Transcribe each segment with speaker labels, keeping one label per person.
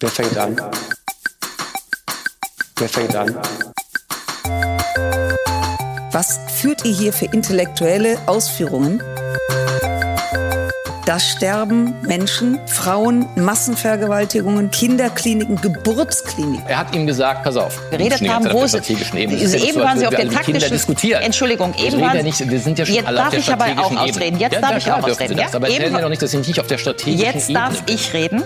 Speaker 1: Wer fängt an? Wer fängt an?
Speaker 2: Was führt ihr hier für intellektuelle Ausführungen? Da sterben Menschen, Frauen, Massenvergewaltigungen, Kinderkliniken, Geburtskliniken.
Speaker 3: Er hat ihm gesagt, pass auf.
Speaker 4: geredet
Speaker 3: Schnee hat
Speaker 4: haben,
Speaker 3: das
Speaker 4: wo
Speaker 3: auf
Speaker 4: sie,
Speaker 3: der strategischen Ebene. Das
Speaker 4: diese
Speaker 3: ist jetzt so,
Speaker 4: eben
Speaker 3: als
Speaker 4: waren sie auf
Speaker 3: würden wir alle
Speaker 4: der
Speaker 3: mit
Speaker 4: taktischen
Speaker 3: Kinder diskutieren.
Speaker 4: Entschuldigung,
Speaker 3: Ich
Speaker 4: eben
Speaker 3: rede ja
Speaker 4: waren
Speaker 3: nicht, wir sind ja schon
Speaker 4: jetzt
Speaker 3: alle
Speaker 4: darf
Speaker 3: auf der
Speaker 4: ich aber auch
Speaker 3: strategischen Ebene.
Speaker 4: ausreden. Jetzt
Speaker 3: ja,
Speaker 4: darf
Speaker 3: na
Speaker 4: ich
Speaker 3: klar
Speaker 4: auch
Speaker 3: dürfen Sie
Speaker 4: ausreden.
Speaker 3: Das,
Speaker 4: Ja,
Speaker 3: aber
Speaker 4: eben
Speaker 3: erzählen Sie doch nicht, dass Sie nicht auf der strategischen
Speaker 4: Jetzt
Speaker 3: Ebene
Speaker 4: darf ich reden.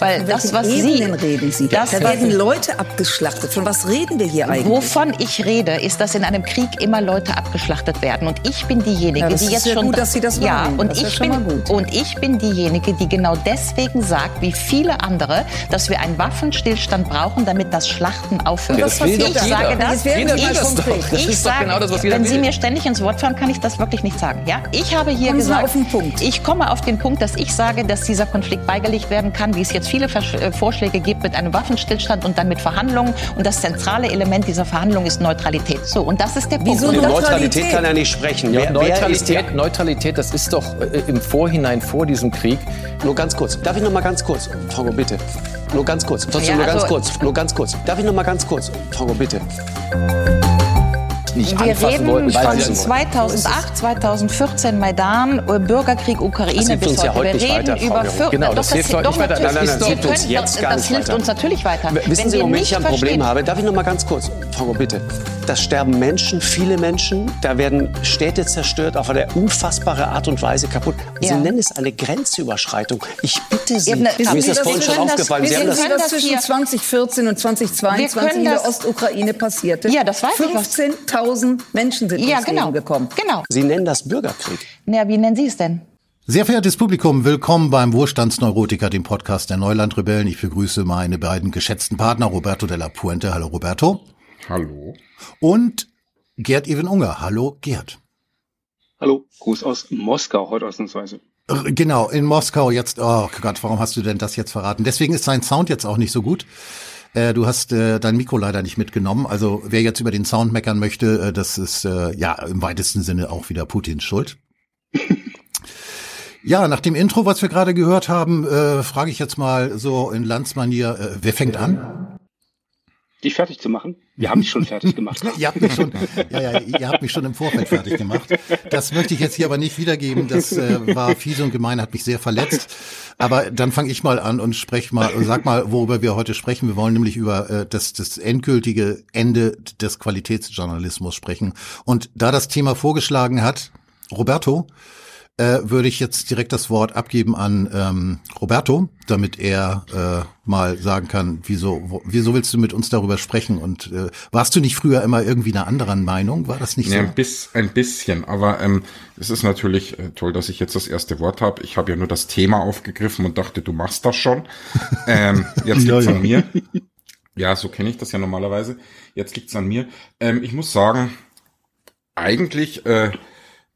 Speaker 4: Weil das,
Speaker 2: Von
Speaker 4: was
Speaker 2: Ebenen
Speaker 4: Sie,
Speaker 2: reden Sie.
Speaker 4: das,
Speaker 2: da
Speaker 4: was,
Speaker 2: werden Leute abgeschlachtet. Von was reden wir hier eigentlich?
Speaker 4: wovon ich rede, ist, dass in einem Krieg immer Leute abgeschlachtet werden. Und ich bin diejenige,
Speaker 2: Ja, das
Speaker 4: die
Speaker 2: ist
Speaker 4: jetzt
Speaker 2: ja
Speaker 4: schon.
Speaker 2: gut, dass Sie das
Speaker 4: ja,
Speaker 2: wahrnehmen.
Speaker 4: und
Speaker 2: Das ist
Speaker 4: ich
Speaker 2: ja schon
Speaker 4: bin
Speaker 2: mal gut.
Speaker 4: und ich bin diejenige, die genau deswegen sagt, wie viele andere, dass wir einen Waffenstillstand brauchen, damit das Schlachten aufhört.
Speaker 3: Ja, das will doch
Speaker 4: ich
Speaker 3: jeder.
Speaker 4: sage das.
Speaker 2: Jetzt werden
Speaker 3: Jeder
Speaker 2: wir
Speaker 3: will
Speaker 2: mal
Speaker 3: das
Speaker 2: konkret.
Speaker 3: doch. Das
Speaker 4: ich
Speaker 3: ist doch
Speaker 4: sage,
Speaker 3: genau das, was jeder
Speaker 4: wenn Sie
Speaker 3: will.
Speaker 4: mir ständig ins Wort fallen, kann ich das wirklich nicht sagen. Ja, ich habe hier
Speaker 2: Kommen Sie mal
Speaker 4: gesagt,
Speaker 2: auf den Punkt.
Speaker 4: ich komme auf den Punkt, dass ich sage, dass dieser Konflikt beigelegt werden kann, wie es jetzt viele Versch äh, Vorschläge gibt mit einem Waffenstillstand und dann mit Verhandlungen. Und das zentrale Element dieser Verhandlungen ist Neutralität. So, und das ist der Punkt.
Speaker 2: Wieso
Speaker 1: Von
Speaker 4: Und
Speaker 2: Neutralität?
Speaker 1: Neutralität kann er nicht sprechen.
Speaker 3: Ja,
Speaker 1: Wer- wer ist der-
Speaker 3: Neutralität, Neutralität, das ist doch äh, im Vorhinein vor diesem Krieg.
Speaker 1: Nur ganz kurz. Darf ich noch mal ganz kurz? Franco, bitte. Nur ganz kurz. Trotzdem
Speaker 4: Ja,
Speaker 1: nur ganz
Speaker 4: also-
Speaker 1: kurz. Nur ganz kurz. Darf ich noch mal ganz kurz? Franco, bitte.
Speaker 3: Nicht
Speaker 4: Wir
Speaker 3: anfassen
Speaker 4: reden
Speaker 3: wollten, weil
Speaker 4: von
Speaker 3: sie
Speaker 4: 2008, 2014 Maidan, äh, Bürgerkrieg
Speaker 1: Das
Speaker 4: Ukraine
Speaker 1: hilft uns
Speaker 4: bis
Speaker 1: ja
Speaker 4: heute.
Speaker 1: heute
Speaker 4: Wir
Speaker 1: nicht
Speaker 4: reden
Speaker 1: weiter, Frau
Speaker 4: über
Speaker 1: Jung.
Speaker 4: Fir-
Speaker 3: Genau,
Speaker 4: Doch,
Speaker 3: das hilft heute nicht weiter.
Speaker 4: natürlich.
Speaker 3: Nein, nein, nein, das
Speaker 4: Wir
Speaker 1: hilft uns
Speaker 4: können-
Speaker 1: jetzt gar
Speaker 4: Das
Speaker 1: nicht
Speaker 4: hilft
Speaker 1: weiter.
Speaker 4: uns natürlich weiter.
Speaker 1: Wissen
Speaker 4: Wenn
Speaker 1: Sie,
Speaker 4: wir
Speaker 1: womit
Speaker 4: nicht
Speaker 1: ich ein Problem
Speaker 4: verstehen-
Speaker 1: habe? Darf ich noch mal ganz kurz? Frau Goh, bitte. Da sterben Menschen, viele Menschen. Da werden Städte zerstört, auf eine unfassbare Art und Weise kaputt. Sie
Speaker 4: Ja.
Speaker 1: nennen es eine Grenzüberschreitung. Ich bitte Sie.
Speaker 4: Ja,
Speaker 1: Mir
Speaker 4: ne, aber
Speaker 1: ist das
Speaker 4: wir
Speaker 1: vorhin schon
Speaker 4: können das-
Speaker 1: aufgefallen.
Speaker 4: wir
Speaker 1: Sie haben
Speaker 4: können
Speaker 1: das
Speaker 2: Wissen Sie,
Speaker 4: das
Speaker 2: was zwischen
Speaker 4: hier-
Speaker 2: 2014 und
Speaker 4: Wir
Speaker 2: 2022
Speaker 4: können
Speaker 2: in der
Speaker 4: das-
Speaker 2: Ostukraine passierte?
Speaker 4: Ja, das weiß ich, was-
Speaker 2: 15.000 Menschen sind
Speaker 4: Ja,
Speaker 2: ums
Speaker 4: genau.
Speaker 2: Leben gekommen.
Speaker 4: Genau.
Speaker 1: Sie nennen das Bürgerkrieg.
Speaker 4: Na, wie nennen Sie es denn?
Speaker 5: Sehr verehrtes Publikum, willkommen beim Wohlstandsneurotiker, dem Podcast der Neulandrebellen. Ich begrüße meine beiden geschätzten Partner, Roberto de la Puente. Hallo Roberto.
Speaker 6: Hallo.
Speaker 5: Und Gerd Even Unger. Hallo Gerd.
Speaker 6: Hallo, Gruß aus Moskau, heute ausnahmsweise.
Speaker 5: R- Genau, in Moskau jetzt. Oh Gott, warum hast du denn das jetzt verraten? Deswegen ist sein Sound jetzt auch nicht so gut. Äh, du hast äh, dein Mikro leider nicht mitgenommen. Also wer jetzt über den Sound meckern möchte, äh, das ist äh, ja im weitesten Sinne auch wieder Putins Schuld. Ja, nach dem Intro, was wir gerade gehört haben, äh, frage ich jetzt mal so in Landsmanier, äh, wer fängt an?
Speaker 6: Dich fertig zu machen? Wir haben dich schon fertig gemacht.
Speaker 5: ne, Ihr habt mich schon, ja, ja, ihr habt mich schon im Vorfeld fertig gemacht. Das möchte ich jetzt hier aber nicht wiedergeben. Das äh, war fies und gemein, hat mich sehr verletzt. Aber dann fange ich mal an und sprech mal, sag mal, worüber wir heute sprechen. Wir wollen nämlich über äh, das, das endgültige Ende des Qualitätsjournalismus sprechen. Und da das Thema vorgeschlagen hat, Roberto, äh, würde ich jetzt direkt das Wort abgeben an ähm, Roberto, damit er äh, mal sagen kann, wieso, wo, wieso willst du mit uns darüber sprechen? Und äh, warst du nicht früher immer irgendwie einer anderen Meinung? War das nicht
Speaker 6: Ja,
Speaker 5: so?
Speaker 6: ein, bis, ein bisschen, aber ähm, es ist natürlich äh, toll, dass ich jetzt das erste Wort habe. Ich habe ja nur das Thema aufgegriffen und dachte, du machst das schon. Ähm, jetzt
Speaker 5: Ja,
Speaker 6: liegt's
Speaker 5: ja.
Speaker 6: an mir. Ja, so kenne ich das ja normalerweise. Jetzt liegt's an mir. Ähm, ich muss sagen, eigentlich äh,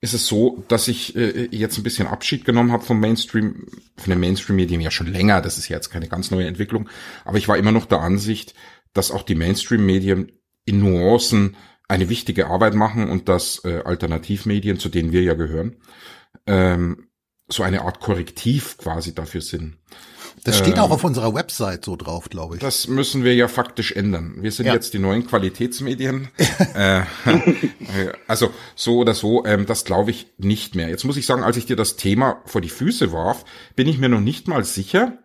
Speaker 6: ist es so, dass ich äh, jetzt ein bisschen Abschied genommen habe vom Mainstream, von den Mainstream-Medien ja schon länger. Das ist ja jetzt keine ganz neue Entwicklung. Aber ich war immer noch der Ansicht, dass auch die Mainstream-Medien in Nuancen eine wichtige Arbeit machen und dass äh, Alternativmedien, zu denen wir ja gehören, ähm, so eine Art Korrektiv quasi dafür sind.
Speaker 5: Das steht auch auf unserer Website so drauf, glaube ich.
Speaker 6: Das müssen wir ja faktisch ändern. Wir sind
Speaker 5: Ja.
Speaker 6: jetzt die neuen Qualitätsmedien. äh, also so oder so, ähm, das glaube ich nicht mehr. Jetzt muss ich sagen, als ich dir das Thema vor die Füße warf, bin ich mir noch nicht mal sicher,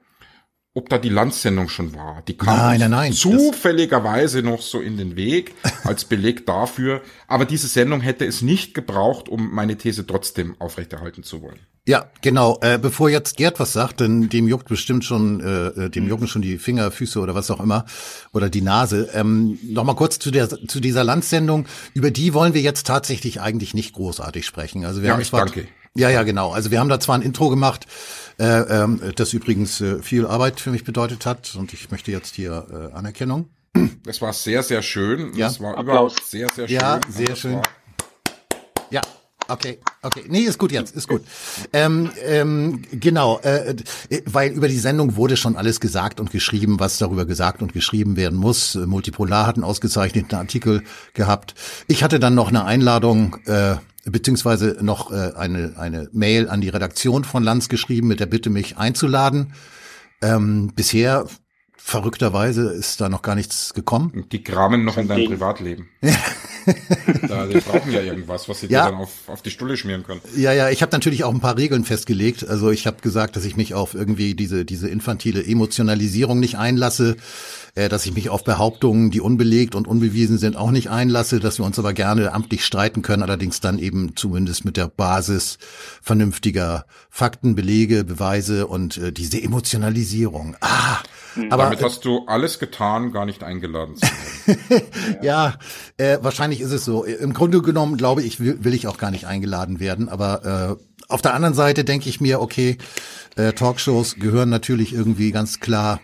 Speaker 6: ob da die Landsendung schon war. Die kam
Speaker 5: Nein,
Speaker 6: uns
Speaker 5: nein, nein.
Speaker 6: zufälligerweise noch so in den Weg als Beleg dafür. Aber diese Sendung hätte es nicht gebraucht, um meine These trotzdem aufrechterhalten zu wollen.
Speaker 5: Ja, genau. Äh, bevor jetzt Gerd was sagt, denn dem juckt bestimmt schon, äh, äh,
Speaker 6: Hm.
Speaker 5: dem jucken schon die Finger, Füße oder was auch immer oder die Nase. Ähm, Nochmal kurz zu der zu dieser Landsendung. Über die wollen wir jetzt tatsächlich eigentlich nicht großartig sprechen. Also wir
Speaker 6: Ja,
Speaker 5: haben
Speaker 6: ich
Speaker 5: zwar,
Speaker 6: danke.
Speaker 5: Ja, ja, genau. Also wir haben da zwar ein Intro gemacht, äh, ähm, das übrigens äh, viel Arbeit für mich bedeutet hat und ich möchte jetzt hier äh, Anerkennung.
Speaker 6: Das war sehr, sehr schön.
Speaker 5: Ja.
Speaker 6: Das war Applaus. überhaupt sehr, sehr schön.
Speaker 5: Ja,
Speaker 6: Und
Speaker 5: sehr
Speaker 6: das
Speaker 5: schön.
Speaker 6: war-
Speaker 5: Ja, okay, okay. Nee, ist gut jetzt, ist gut. Ähm, ähm, genau, äh, äh, weil über die Sendung wurde schon alles gesagt und geschrieben, was darüber gesagt und geschrieben werden muss. Äh, Multipolar hat einen ausgezeichneten Artikel gehabt. Ich hatte dann noch eine Einladung, äh, beziehungsweise noch äh, eine, eine Mail an die Redaktion von Lanz geschrieben mit der Bitte, mich einzuladen. Ähm, bisher verrückterweise ist da noch gar nichts gekommen.
Speaker 6: Und die kramen noch in dein
Speaker 7: Deswegen.
Speaker 6: Privatleben. da, die brauchen ja irgendwas, was sie
Speaker 5: Ja.
Speaker 6: dir dann auf, auf die Stulle schmieren können.
Speaker 5: Ja, ja, ich habe natürlich auch ein paar Regeln festgelegt. Also ich habe gesagt, dass ich mich auf irgendwie diese, diese infantile Emotionalisierung nicht einlasse, äh, dass ich mich auf Behauptungen, die unbelegt und unbewiesen sind, auch nicht einlasse, dass wir uns aber gerne amtlich streiten können, allerdings dann eben zumindest mit der Basis vernünftiger Fakten, Belege, Beweise und äh, diese Emotionalisierung. Ah, aber
Speaker 6: Damit hast du alles getan, gar nicht eingeladen zu werden.
Speaker 5: Ja, äh, wahrscheinlich ist es so. Im Grunde genommen glaube ich, will, will ich auch gar nicht eingeladen werden. Aber äh, auf der anderen Seite denke ich mir, okay, äh, Talkshows gehören natürlich irgendwie ganz klar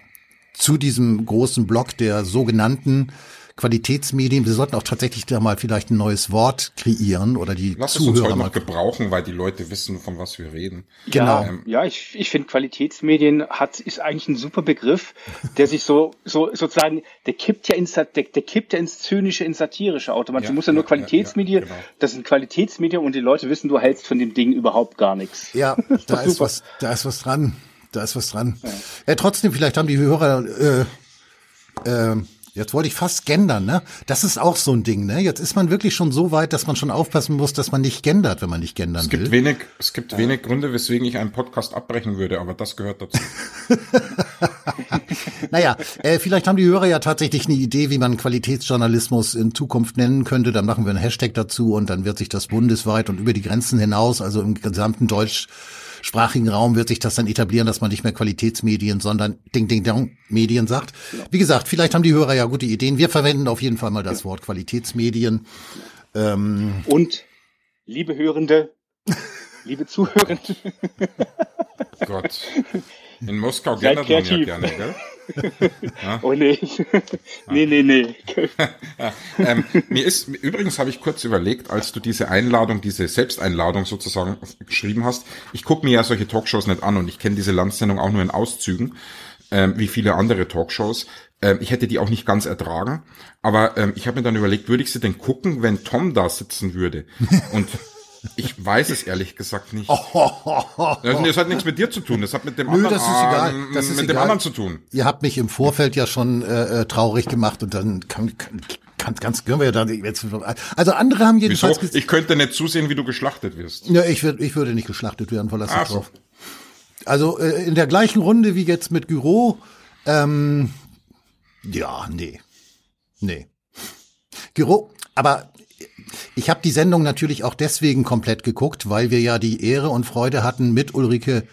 Speaker 5: zu diesem großen Block der sogenannten Qualitätsmedien. Wir sollten auch tatsächlich da mal vielleicht ein neues Wort kreieren oder die
Speaker 6: Lass es uns
Speaker 5: Zuhörer
Speaker 6: heute
Speaker 5: mal.
Speaker 6: noch gebrauchen, weil die Leute wissen, von was wir reden.
Speaker 5: Genau.
Speaker 7: Ja, ja ich, ich finde Qualitätsmedien hat, ist eigentlich ein super Begriff, der sich so, so sozusagen, der kippt ja ins, der, der kippt ja ins Zynische, ins Satirische automatisch.
Speaker 6: Ja,
Speaker 7: du musst ja
Speaker 6: ja,
Speaker 7: nur
Speaker 6: ja,
Speaker 7: Qualitätsmedien,
Speaker 6: ja, genau.
Speaker 7: das sind Qualitätsmedien und die Leute wissen, du hältst von dem Ding überhaupt gar nichts.
Speaker 5: Ja, da ist was, da ist was dran. Da ist was dran. Äh, trotzdem, vielleicht haben die Hörer, äh, äh, jetzt wollte ich fast gendern, ne? Das ist auch so ein Ding, ne? Jetzt ist man wirklich schon so weit, dass man schon aufpassen muss, dass man nicht gendert, wenn man nicht gendern
Speaker 6: Es
Speaker 5: will.
Speaker 6: gibt wenig, es gibt wenig Gründe, weswegen ich einen Podcast abbrechen würde, aber das gehört dazu.
Speaker 5: Naja, äh, vielleicht haben die Hörer ja tatsächlich eine Idee, wie man Qualitätsjournalismus in Zukunft nennen könnte. Dann machen wir einen Hashtag dazu und dann wird sich das bundesweit und über die Grenzen hinaus, also im gesamten deutschsprachigen Raum wird sich das dann etablieren, dass man nicht mehr Qualitätsmedien, sondern Ding Ding Dong Medien sagt. Wie gesagt, vielleicht haben die Hörer ja gute Ideen. Wir verwenden auf jeden Fall mal das Wort Qualitätsmedien.
Speaker 7: Und liebe Hörende, liebe Zuhörende,
Speaker 6: Gott. In Moskau
Speaker 7: Seid
Speaker 6: gendert man ja
Speaker 7: kreativ.
Speaker 6: gerne, gell?
Speaker 7: oh nee, nee, nee, nee.
Speaker 6: ähm, mir ist, übrigens habe ich kurz überlegt, als du diese Einladung, diese Selbsteinladung sozusagen geschrieben hast. Ich gucke mir ja solche Talkshows nicht an und ich kenne diese Landsendung auch nur in Auszügen, ähm, wie viele andere Talkshows. Ähm, ich hätte die auch nicht ganz ertragen, aber ähm, ich habe mir dann überlegt, würde ich sie denn gucken, wenn Tom da sitzen würde? Und ich weiß es ehrlich gesagt nicht. Also, das hat nichts mit dir zu tun, das hat mit dem
Speaker 5: Nö,
Speaker 6: anderen,
Speaker 5: das ist egal.
Speaker 6: ähm,
Speaker 5: Das ist
Speaker 6: mit
Speaker 5: egal.
Speaker 6: dem anderen zu tun.
Speaker 5: Ihr habt mich im Vorfeld ja schon äh, äh, traurig gemacht und dann kann, kann, kann ganz können wir ja dann jetzt also andere haben
Speaker 6: Wieso?
Speaker 5: jedenfalls ges-
Speaker 6: Ich könnte nicht zusehen, wie du geschlachtet wirst.
Speaker 5: Ja, ich, würd, ich würde nicht geschlachtet werden, verlass
Speaker 6: Ach
Speaker 5: dich
Speaker 6: so.
Speaker 5: drauf. Also äh, in der gleichen Runde wie jetzt mit Gyro, ähm, ja, nee. Nee. Gyro, aber ich habe die Sendung natürlich auch deswegen komplett geguckt, weil wir ja die Ehre und Freude hatten, mit Ulrike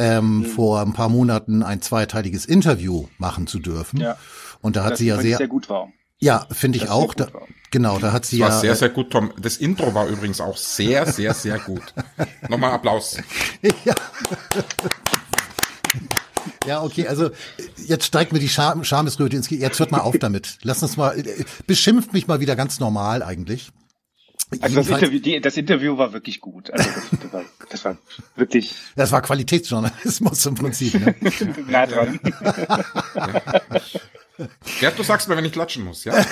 Speaker 7: Mhm.
Speaker 5: ähm, vor ein paar Monaten ein zweiteiliges Interview machen zu dürfen.
Speaker 7: Ja.
Speaker 5: Und da hat
Speaker 7: Das
Speaker 5: sie ja
Speaker 7: übrigens
Speaker 5: sehr,
Speaker 7: sehr gut war.
Speaker 5: ja, finde ich
Speaker 7: das sehr
Speaker 5: auch.
Speaker 7: gut
Speaker 5: Da,
Speaker 7: war.
Speaker 5: genau, da hat sie
Speaker 6: War
Speaker 5: ja
Speaker 6: sehr, sehr gut, Tom. Das Intro war übrigens auch sehr, sehr, sehr gut. Nochmal Applaus.
Speaker 5: Ja. Ja, okay, also jetzt steigt mir die Scham Schamesröte ins Gesicht. Jetzt hört mal auf damit. Lass uns mal, äh, beschimpft mich mal wieder ganz normal eigentlich.
Speaker 7: Also das
Speaker 5: Jedenfalls-
Speaker 7: Interview, die, das Interview war wirklich gut. Also das, das, war, das war wirklich
Speaker 5: das war Qualitätsjournalismus im Prinzip. Ne?
Speaker 7: nah dran.
Speaker 6: Gerd, du sagst mir, wenn ich klatschen muss, ja?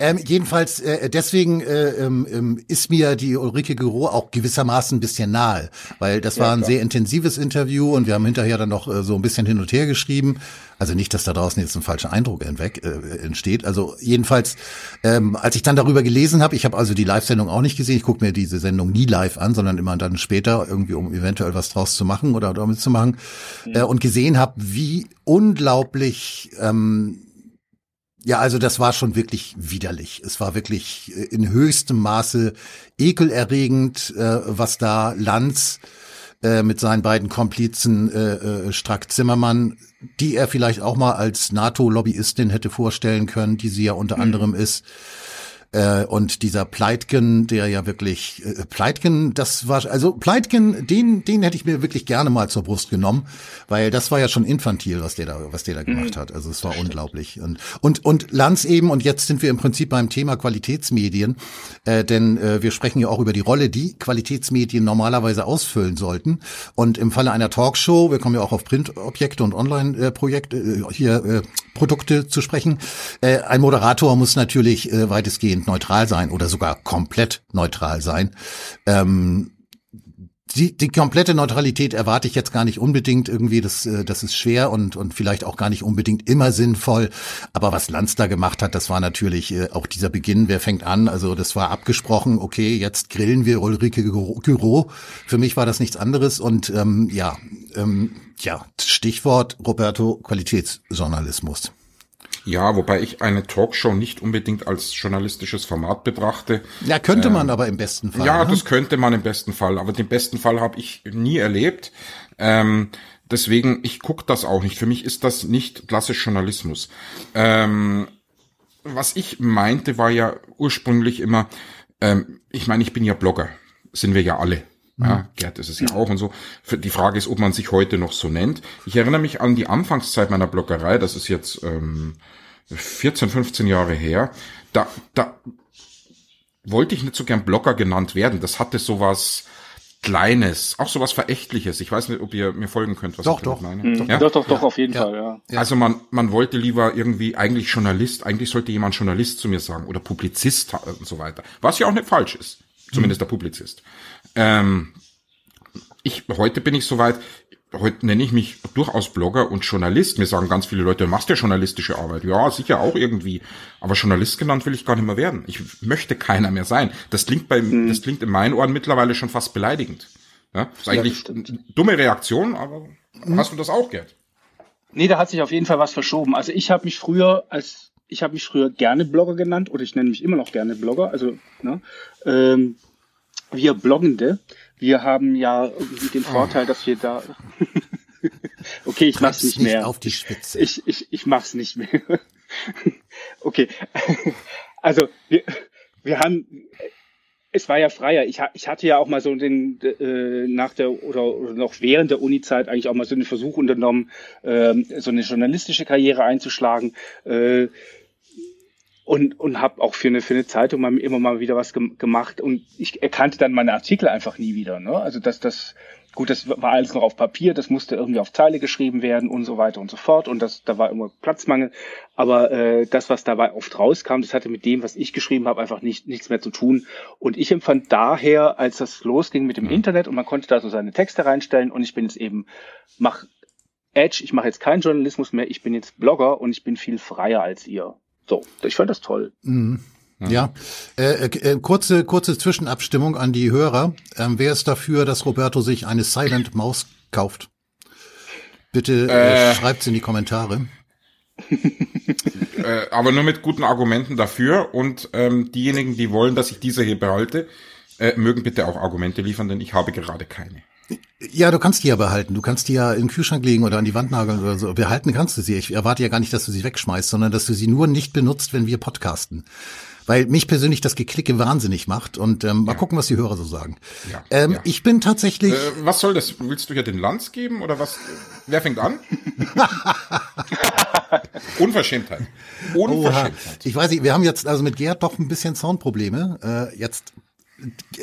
Speaker 5: Ähm, jedenfalls, äh, deswegen äh, ähm, ähm, ist mir die Ulrike Gero auch gewissermaßen ein bisschen nahe, weil das war ein sehr intensives Interview und wir haben hinterher dann noch äh, so ein bisschen hin und her geschrieben. Also nicht, dass da draußen jetzt ein falscher Eindruck hinweg, äh, entsteht. Also jedenfalls, ähm, als ich dann darüber gelesen habe, ich habe also die Live-Sendung auch nicht gesehen, ich gucke mir diese Sendung nie live an, sondern immer dann später irgendwie, um eventuell was draus zu machen oder damit zu machen äh, und gesehen habe, wie unglaublich ja, also das war schon wirklich widerlich. Es war wirklich äh, in höchstem Maße ekelerregend, äh, was da Lanz äh, mit seinen beiden Komplizen äh, äh, Strack Zimmermann, die er vielleicht auch mal als NATO-Lobbyistin hätte vorstellen können, die sie ja unter anderem ist. Äh, und dieser Pleitgen, der ja wirklich äh, Pleitgen, das war also Pleitgen, den den hätte ich mir wirklich gerne mal zur Brust genommen, weil das war ja schon infantil, was der da was der da gemacht hat. Also es war unglaublich und und und Lanz eben und jetzt sind wir im Prinzip beim Thema Qualitätsmedien, äh, denn äh, wir sprechen ja auch über die Rolle, die Qualitätsmedien normalerweise ausfüllen sollten und im Falle einer Talkshow, wir kommen ja auch auf Printobjekte und Online-Projekte äh, hier äh, Produkte zu sprechen, äh, ein Moderator muss natürlich äh, weitestgehend neutral sein oder sogar komplett neutral sein. Ähm, die, die komplette Neutralität erwarte ich jetzt gar nicht unbedingt irgendwie, das, äh, das ist schwer und, und vielleicht auch gar nicht unbedingt immer sinnvoll. Aber was Lanz da gemacht hat, das war natürlich äh, auch dieser Beginn, wer fängt an? Also das war abgesprochen, okay, jetzt grillen wir Ulrike Gyro. Für mich war das nichts anderes und ähm, ja, ähm, ja, Stichwort Roberto Qualitätsjournalismus.
Speaker 6: Ja, wobei ich eine Talkshow nicht unbedingt als journalistisches Format betrachte.
Speaker 5: Ja, könnte man ähm, aber im besten Fall.
Speaker 6: Ja,
Speaker 5: ne?
Speaker 6: das könnte man im besten Fall, aber den besten Fall habe ich nie erlebt. Ähm, deswegen, ich guck das auch nicht. Für mich ist das nicht klassisch Journalismus. Ähm, was ich meinte, war ja ursprünglich immer, ähm, ich meine, ich bin ja Blogger, sind wir ja alle.
Speaker 5: Mhm.
Speaker 6: Ja, Gerd ist es ja auch und so. Die Frage ist, ob man sich heute noch so nennt. Ich erinnere mich an die Anfangszeit meiner Bloggerei, das ist jetzt ähm, 14, 15 Jahre her. Da, da wollte ich nicht so gern Blogger genannt werden. Das hatte sowas Kleines, auch sowas Verächtliches. Ich weiß nicht, ob ihr mir folgen könnt, was
Speaker 5: Doch,
Speaker 6: ich damit
Speaker 5: doch.
Speaker 6: meine.
Speaker 7: Mhm.
Speaker 6: Ja?
Speaker 7: Doch, doch, doch, auf jeden Fall, ja.
Speaker 6: Also man, man wollte lieber irgendwie eigentlich Journalist, eigentlich sollte jemand Journalist zu mir sagen oder Publizist äh, und so weiter. Was ja auch nicht falsch ist. Zumindest der Publizist. Ähm, ich, heute bin ich soweit, heute nenne ich mich durchaus Blogger und Journalist. Mir sagen ganz viele Leute, du machst ja journalistische Arbeit. Ja, sicher auch irgendwie. Aber Journalist genannt will ich gar nicht mehr werden. Ich möchte keiner mehr sein. Das klingt bei, das klingt in meinen Ohren mittlerweile schon fast beleidigend. Ja, ist eigentlich eine dumme Reaktion, aber hast du das auch, Gerd?
Speaker 7: Nee, da hat sich auf jeden Fall was verschoben. Also ich habe mich früher als ich habe mich früher gerne Blogger genannt oder ich nenne mich immer noch gerne Blogger. Also ne, ähm, wir Bloggende, wir haben ja irgendwie den Vorteil, dass wir da. okay, ich mach's
Speaker 5: Treib's
Speaker 7: nicht mehr.
Speaker 5: auf die Spitze.
Speaker 7: Ich, ich, ich mach's nicht mehr. okay. Also, wir, wir haben, es war ja freier. Ich, ha- ich hatte ja auch mal so den, äh, nach der oder, oder noch während der Uni-Zeit eigentlich auch mal so einen Versuch unternommen, ähm, so eine journalistische Karriere einzuschlagen. Äh, und, und habe auch für eine, für eine Zeitung mal, immer mal wieder was gem gemacht und ich erkannte dann meine Artikel einfach nie wieder. Ne? Also das, das, gut, das war alles noch auf Papier, das musste irgendwie auf Zeile geschrieben werden und so weiter und so fort und das, da war immer Platzmangel, aber äh, das, was dabei oft rauskam, das hatte mit dem, was ich geschrieben habe, einfach nicht, nichts mehr zu tun und ich empfand daher, als das losging mit dem Internet und man konnte da so seine Texte reinstellen und ich bin jetzt eben, mach Edge, ich mache jetzt keinen Journalismus mehr, ich bin jetzt Blogger und ich bin viel freier als ihr. So, ich fand das toll.
Speaker 6: Mhm.
Speaker 5: Ja, äh, äh, kurze, kurze Zwischenabstimmung an die Hörer. Ähm, wer ist dafür, dass Roberto sich eine Silent Maus kauft? Bitte äh,
Speaker 6: Äh.
Speaker 5: schreibt's in die Kommentare.
Speaker 6: Äh, aber nur mit guten Argumenten dafür. Und ähm, diejenigen, die wollen, dass ich diese hier behalte, äh, mögen bitte auch Argumente liefern, denn ich habe gerade keine.
Speaker 5: Ja, du kannst die ja behalten. Du kannst die ja in den Kühlschrank legen oder an die Wand nageln oder so. Behalten kannst du sie. Ich erwarte ja gar nicht, dass du sie wegschmeißt, sondern dass du sie nur nicht benutzt, wenn wir podcasten. Weil mich persönlich das Geklicke wahnsinnig macht. Und ähm, mal gucken, was die Hörer so sagen.
Speaker 6: Ja,
Speaker 5: ähm,
Speaker 6: ja.
Speaker 5: Ich bin tatsächlich.
Speaker 6: Äh, was soll das? Willst du hier den Lanz geben oder was? Äh, Wer fängt an? Unverschämtheit.
Speaker 5: Oha.
Speaker 6: Unverschämtheit.
Speaker 5: Ich weiß nicht, wir haben jetzt also mit Gerd doch ein bisschen Soundprobleme. Äh, jetzt,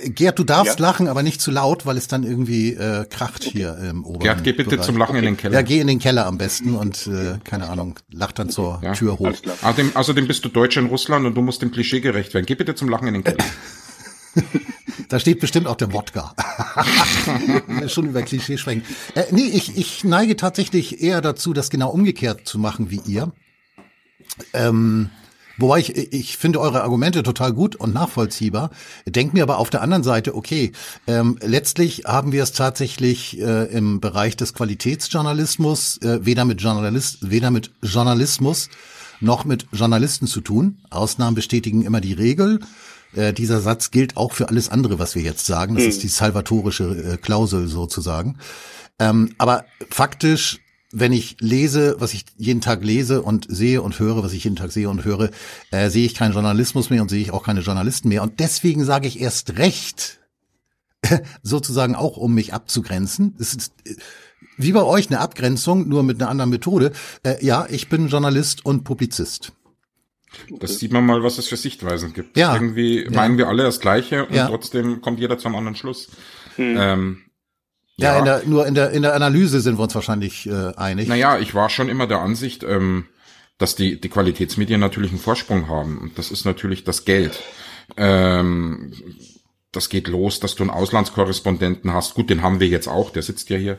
Speaker 5: Gerd, du darfst
Speaker 7: Ja.
Speaker 5: lachen, aber nicht zu laut, weil es dann irgendwie äh, kracht hier im oberen
Speaker 6: Gerd, geh bitte
Speaker 5: Bereich.
Speaker 6: zum Lachen in den
Speaker 5: Ja,
Speaker 6: Keller.
Speaker 5: geh in den Keller am besten und äh, keine Ahnung, lach dann zur
Speaker 6: Ja,
Speaker 5: Tür hoch.
Speaker 6: Außerdem, außerdem bist du Deutscher in Russland und du musst dem Klischee gerecht werden. Geh bitte zum Lachen in den Keller.
Speaker 5: Da steht bestimmt auch der Wodka. Schon über Klischee schwenken. Äh, nee, ich, ich neige tatsächlich eher dazu, das genau umgekehrt zu machen wie ihr. Ähm, wobei ich, ich finde eure Argumente total gut und nachvollziehbar. Denkt mir aber auf der anderen Seite, okay, ähm, letztlich haben wir es tatsächlich äh, im Bereich des Qualitätsjournalismus äh, weder mit Journalist, weder mit Journalismus noch mit Journalisten zu tun. Ausnahmen bestätigen immer die Regel. Äh, dieser Satz gilt auch für alles andere, was wir jetzt sagen. Das ist die salvatorische äh, Klausel sozusagen. Ähm, aber faktisch, wenn ich lese, was ich jeden Tag lese und sehe und höre, was ich jeden Tag sehe und höre, äh, sehe ich keinen Journalismus mehr und sehe ich auch keine Journalisten mehr. Und deswegen sage ich erst recht, sozusagen auch, um mich abzugrenzen. Es ist äh, wie bei euch eine Abgrenzung, nur mit einer anderen Methode. Äh, ja, ich bin Journalist und Publizist.
Speaker 6: Das sieht man mal, was es für Sichtweisen gibt.
Speaker 5: Ja.
Speaker 6: Irgendwie meinen wir alle das Gleiche und
Speaker 5: Ja. Hm.
Speaker 6: trotzdem kommt jeder zu einem anderen Schluss. Ähm,
Speaker 5: Ja,
Speaker 6: Ja.
Speaker 5: In der, nur in der, in der Analyse sind wir uns wahrscheinlich äh, einig.
Speaker 6: Naja, ich war schon immer der Ansicht, ähm, dass die, die Qualitätsmedien natürlich einen Vorsprung haben. Und das ist natürlich das Geld. Ähm, das geht los, dass du einen Auslandskorrespondenten hast. Gut, den haben wir jetzt auch, der sitzt ja hier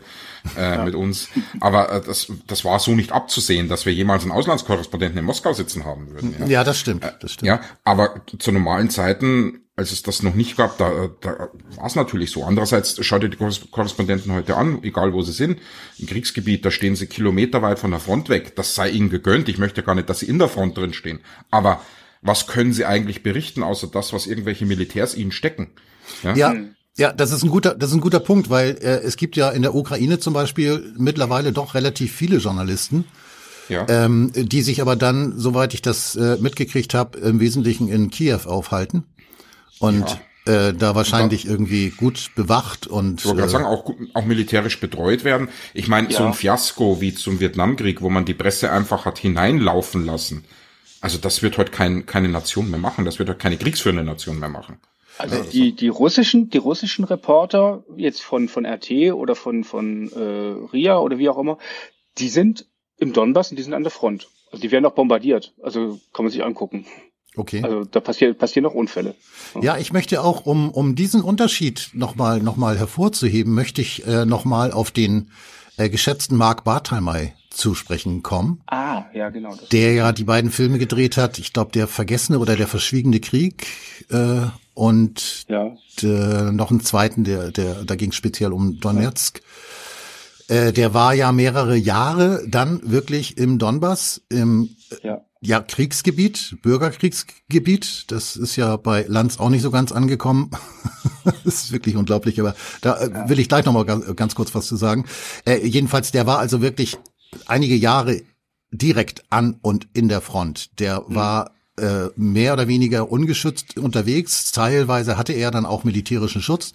Speaker 6: äh, mit uns. Aber äh, das, das war so nicht abzusehen, dass wir jemals einen Auslandskorrespondenten in Moskau sitzen haben würden. Ja,
Speaker 5: Ja, das stimmt. Das stimmt.
Speaker 6: ja aber zu normalen Zeiten, als es das noch nicht gab, da, da war es natürlich so. Andererseits schaut ihr die Korres- Korrespondenten heute an, egal wo sie sind, im Kriegsgebiet, da stehen sie kilometerweit von der Front weg. Das sei ihnen gegönnt. Ich möchte gar nicht, dass sie in der Front drin stehen. Aber was können sie eigentlich berichten, außer das, was irgendwelche Militärs ihnen stecken?
Speaker 5: Ja.
Speaker 6: Hm.
Speaker 5: Ja, das ist ein guter, das ist ein guter Punkt, weil äh, es gibt ja in der Ukraine zum Beispiel mittlerweile doch relativ viele Journalisten,
Speaker 6: Ja.
Speaker 5: ähm, die sich aber dann, soweit ich das äh, mitgekriegt habe, im Wesentlichen in Kiew aufhalten und äh, da wahrscheinlich irgendwie gut bewacht und
Speaker 6: Ich wollte
Speaker 5: äh,
Speaker 6: gerade sagen, auch, gu- auch militärisch betreut werden. Ich meine, so ein Fiasko wie zum Vietnamkrieg, wo man die Presse einfach hat hineinlaufen lassen. Also das wird heute kein, keine Nation mehr machen. Das wird heute keine kriegsführende Nation mehr machen.
Speaker 7: Also die, die russischen, die russischen Reporter jetzt von, von RT oder von, von äh, RIA oder wie auch immer, die sind im Donbass und die sind an der Front. Also die werden auch bombardiert. Also kann man sich angucken.
Speaker 5: okay.
Speaker 7: Also da passiert, passieren auch Unfälle.
Speaker 5: Ja, ich möchte auch, um, um diesen Unterschied nochmal noch mal hervorzuheben, möchte ich äh, nochmal auf den äh, geschätzten Mark Barthelmey zu sprechen kommen,
Speaker 7: Ah, ja, genau. Das.
Speaker 5: der ja die beiden Filme gedreht hat. Ich glaube, der Vergessene oder der Verschwiegene Krieg äh, und
Speaker 7: Ja.
Speaker 5: äh, noch einen zweiten, der, der, da ging speziell um Donetsk. Äh, der war ja mehrere Jahre dann wirklich im Donbass, im
Speaker 7: Ja.
Speaker 5: ja, Kriegsgebiet, Bürgerkriegsgebiet, das ist ja bei Lanz auch nicht so ganz angekommen. das ist wirklich unglaublich, aber da äh, will ich gleich nochmal ganz, ganz kurz was zu sagen. Äh, jedenfalls, der war also wirklich einige Jahre direkt an und in der Front. Der war äh, mehr oder weniger ungeschützt unterwegs. Teilweise hatte er dann auch militärischen Schutz.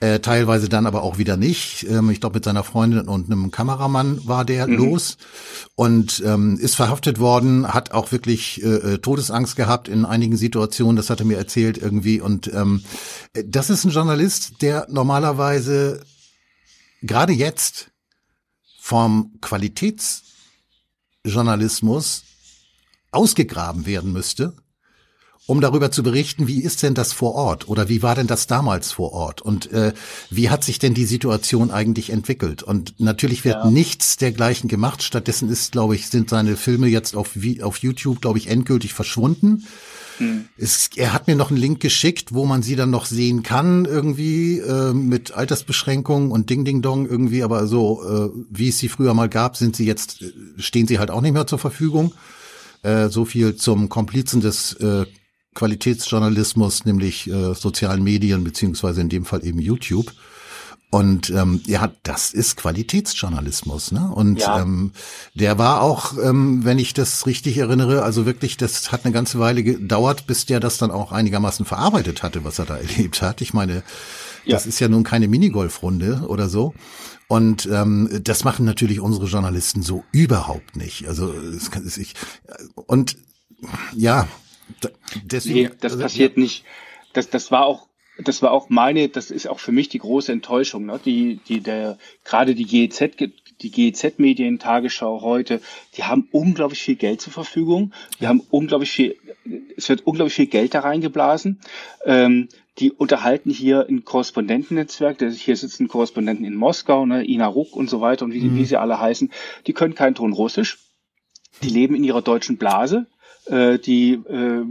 Speaker 5: Äh, teilweise dann aber auch wieder nicht. Ähm, ich glaube, mit seiner Freundin und einem Kameramann war der los und ähm, ist verhaftet worden, hat auch wirklich äh, äh, Todesangst gehabt in einigen Situationen, das hat er mir erzählt irgendwie. Und ähm, äh, das ist ein Journalist, der normalerweise gerade jetzt vom Qualitätsjournalismus ausgegraben werden müsste um darüber zu berichten, wie ist denn das vor Ort oder wie war denn das damals vor Ort und äh, wie hat sich denn die Situation eigentlich entwickelt? Und natürlich wird nichts dergleichen gemacht. Stattdessen ist, glaube ich, sind seine Filme jetzt auf, Vi- auf YouTube, glaube ich, endgültig verschwunden. Es, er hat mir noch einen Link geschickt, wo man sie dann noch sehen kann, irgendwie äh, mit Altersbeschränkungen und Ding Ding Dong irgendwie, aber so, äh, wie es sie früher mal gab, sind sie jetzt, äh, stehen sie halt auch nicht mehr zur Verfügung. Äh, so viel zum Komplizen des äh, Qualitätsjournalismus, nämlich äh, sozialen Medien, beziehungsweise in dem Fall eben YouTube. Und ähm, ja, das ist Qualitätsjournalismus, ne? Und ähm, der war auch, ähm, wenn ich das richtig erinnere, also wirklich, das hat eine ganze Weile gedauert, bis der das dann auch einigermaßen verarbeitet hatte, was er da erlebt hat. Ich meine, das ist ja nun keine Minigolfrunde oder so. Und ähm, das machen natürlich unsere Journalisten so überhaupt nicht. Also es kann es- ich und ja, d- deswegen.
Speaker 7: Nee, das
Speaker 5: also,
Speaker 7: passiert nicht. Das, das war auch, das war auch meine, das ist auch für mich die große Enttäuschung, ne? Die, die, der, gerade die GEZ, ge- die GEZ-Medien, Tagesschau heute, die haben unglaublich viel Geld zur Verfügung. Die haben unglaublich viel, es wird unglaublich viel Geld da reingeblasen. Ähm, die unterhalten hier ein Korrespondentennetzwerk, der- hier sitzen Korrespondenten in Moskau, ne, Ina Ruck und so weiter und wie, wie sie alle heißen. Die können keinen Ton Russisch. Die leben in ihrer deutschen Blase. Äh, die äh,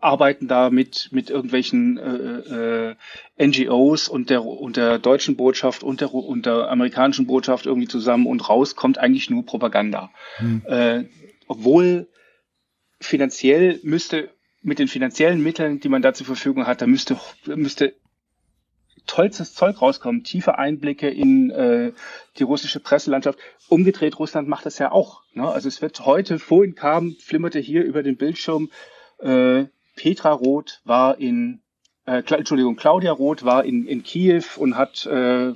Speaker 7: arbeiten da mit, mit irgendwelchen äh, äh, NGOs und der, und der deutschen Botschaft und der, und der amerikanischen Botschaft irgendwie zusammen und raus kommt eigentlich nur Propaganda. Äh, obwohl finanziell müsste, mit den finanziellen Mitteln, die man da zur Verfügung hat, da müsste, müsste tollstes Zeug rauskommen, tiefe Einblicke in äh, die russische Presselandschaft. Umgedreht, Russland macht das ja auch. Ne? Also es wird heute, vorhin kam, flimmerte hier über den Bildschirm, äh, Petra Roth war in, äh, Kla- Entschuldigung, Claudia Roth war in, in Kiew und hat, äh,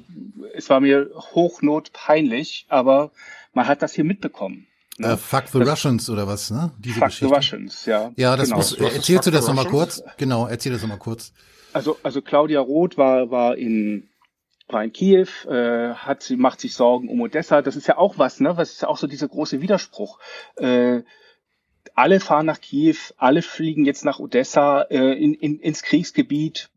Speaker 7: es war mir hochnot peinlich, aber man hat das hier mitbekommen. Ne?
Speaker 5: Äh, fuck the Russians oder was, ne? Diese
Speaker 7: Fuck the
Speaker 5: Geschichte.
Speaker 7: Russians, ja.
Speaker 5: Ja, das
Speaker 7: Genau.
Speaker 5: muss,
Speaker 6: Du hast
Speaker 5: erzählst du
Speaker 6: das
Speaker 5: das nochmal
Speaker 6: Russians?
Speaker 5: kurz? Genau, erzähl das nochmal kurz.
Speaker 7: Also, also Claudia Roth war, war in war in Kiew, äh, hat sie macht sich Sorgen um Odessa. Das ist ja auch was, ne? Was ist ja auch so dieser große Widerspruch. Äh, alle fahren nach Kiew, alle fliegen jetzt nach Odessa, äh, in, in, ins Kriegsgebiet,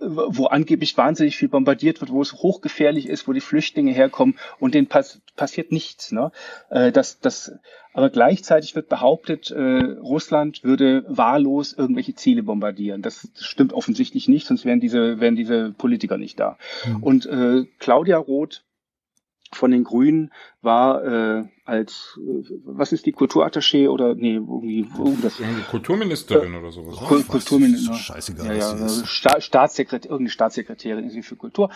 Speaker 7: wo angeblich wahnsinnig viel bombardiert wird, wo es hochgefährlich ist, wo die Flüchtlinge herkommen und denen pass passiert nichts. Ne? Äh, das, das, aber gleichzeitig wird behauptet, äh, Russland würde wahllos irgendwelche Ziele bombardieren. Das stimmt offensichtlich nicht, sonst wären diese, wären diese Politiker nicht da. Mhm. Und äh, Claudia Roth von den Grünen war äh, als äh, was ist die Kulturattaché oder nee irgendwie
Speaker 6: oh, das, Kulturministerin äh, oder sowas
Speaker 7: Ach, Kul Kulturministerin
Speaker 5: scheißegal
Speaker 7: ja, ja, also Sta Staatssekretär irgendeine Staatssekretärin irgendwie für Kultur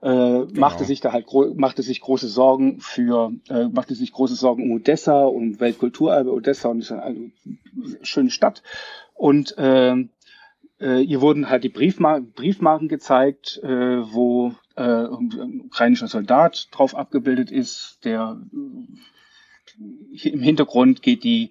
Speaker 7: äh, genau. machte sich da halt machte sich große Sorgen für äh, machte sich große Sorgen um Odessa und Weltkulturerbe Odessa und ist eine schöne Stadt und äh, äh, ihr wurden halt die Briefmar Briefmarken gezeigt, äh, wo äh, ein ukrainischer Soldat drauf abgebildet ist, der äh, im Hintergrund geht die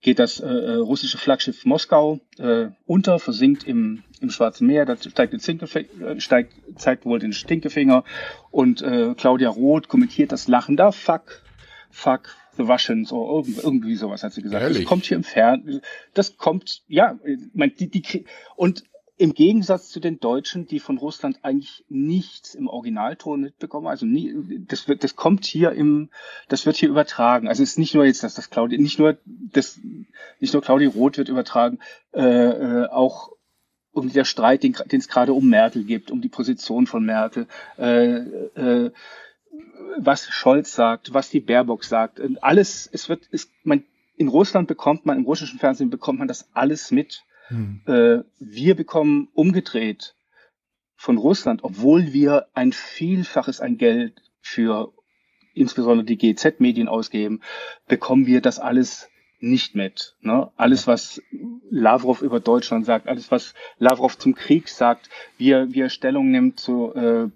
Speaker 7: geht das äh, russische Flaggschiff Moskau äh, unter, versinkt im, im Schwarzen Meer, da steigt, den Zinkefinger, steigt zeigt wohl den Stinkefinger und äh, Claudia Roth kommentiert das Lachen da, fuck, fuck, The Russians oder irgendwie sowas hat sie gesagt. Ehrlich? Das kommt hier im Fernsehen. Das kommt, ja, man, die, die, und im Gegensatz zu den Deutschen, die von Russland eigentlich nichts im Originalton mitbekommen, also nie, das wird, das kommt hier im, das wird hier übertragen. Also es ist nicht nur jetzt, dass das Claudia, nicht nur das, nicht nur Claudia Roth wird übertragen, äh, auch um der Streit, den es gerade um Merkel gibt, um die Position von Merkel. Äh, äh, was Scholz sagt, was die Baerbock sagt, alles, es wird, es, man, in Russland bekommt man, im russischen Fernsehen bekommt man das alles mit. Hm. Äh, wir bekommen umgedreht von Russland, obwohl wir ein Vielfaches an Geld für insbesondere die GZ-Medien ausgeben, bekommen wir das alles nicht mit. Ne? Alles, was Lavrov über Deutschland sagt, alles, was Lavrov zum Krieg sagt, wie er, wie er Stellung nimmt zu äh,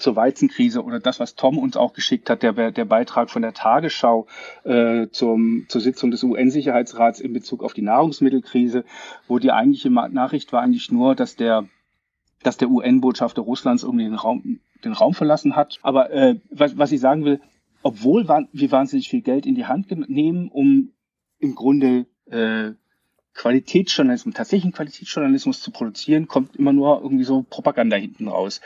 Speaker 7: zur Weizenkrise oder das, was Tom uns auch geschickt hat, der, der Beitrag von der Tagesschau äh, zum, zur Sitzung des UN-Sicherheitsrats in Bezug auf die Nahrungsmittelkrise, wo die eigentliche Nachricht war eigentlich nur, dass der dass der UN-Botschafter Russlands irgendwie den Raum, den Raum verlassen hat. Aber äh, was, was ich sagen will, obwohl wir wahnsinnig viel Geld in die Hand nehmen, um im Grunde äh, Qualitätsjournalismus, tatsächlichen Qualitätsjournalismus zu produzieren, kommt immer nur irgendwie so Propaganda hinten raus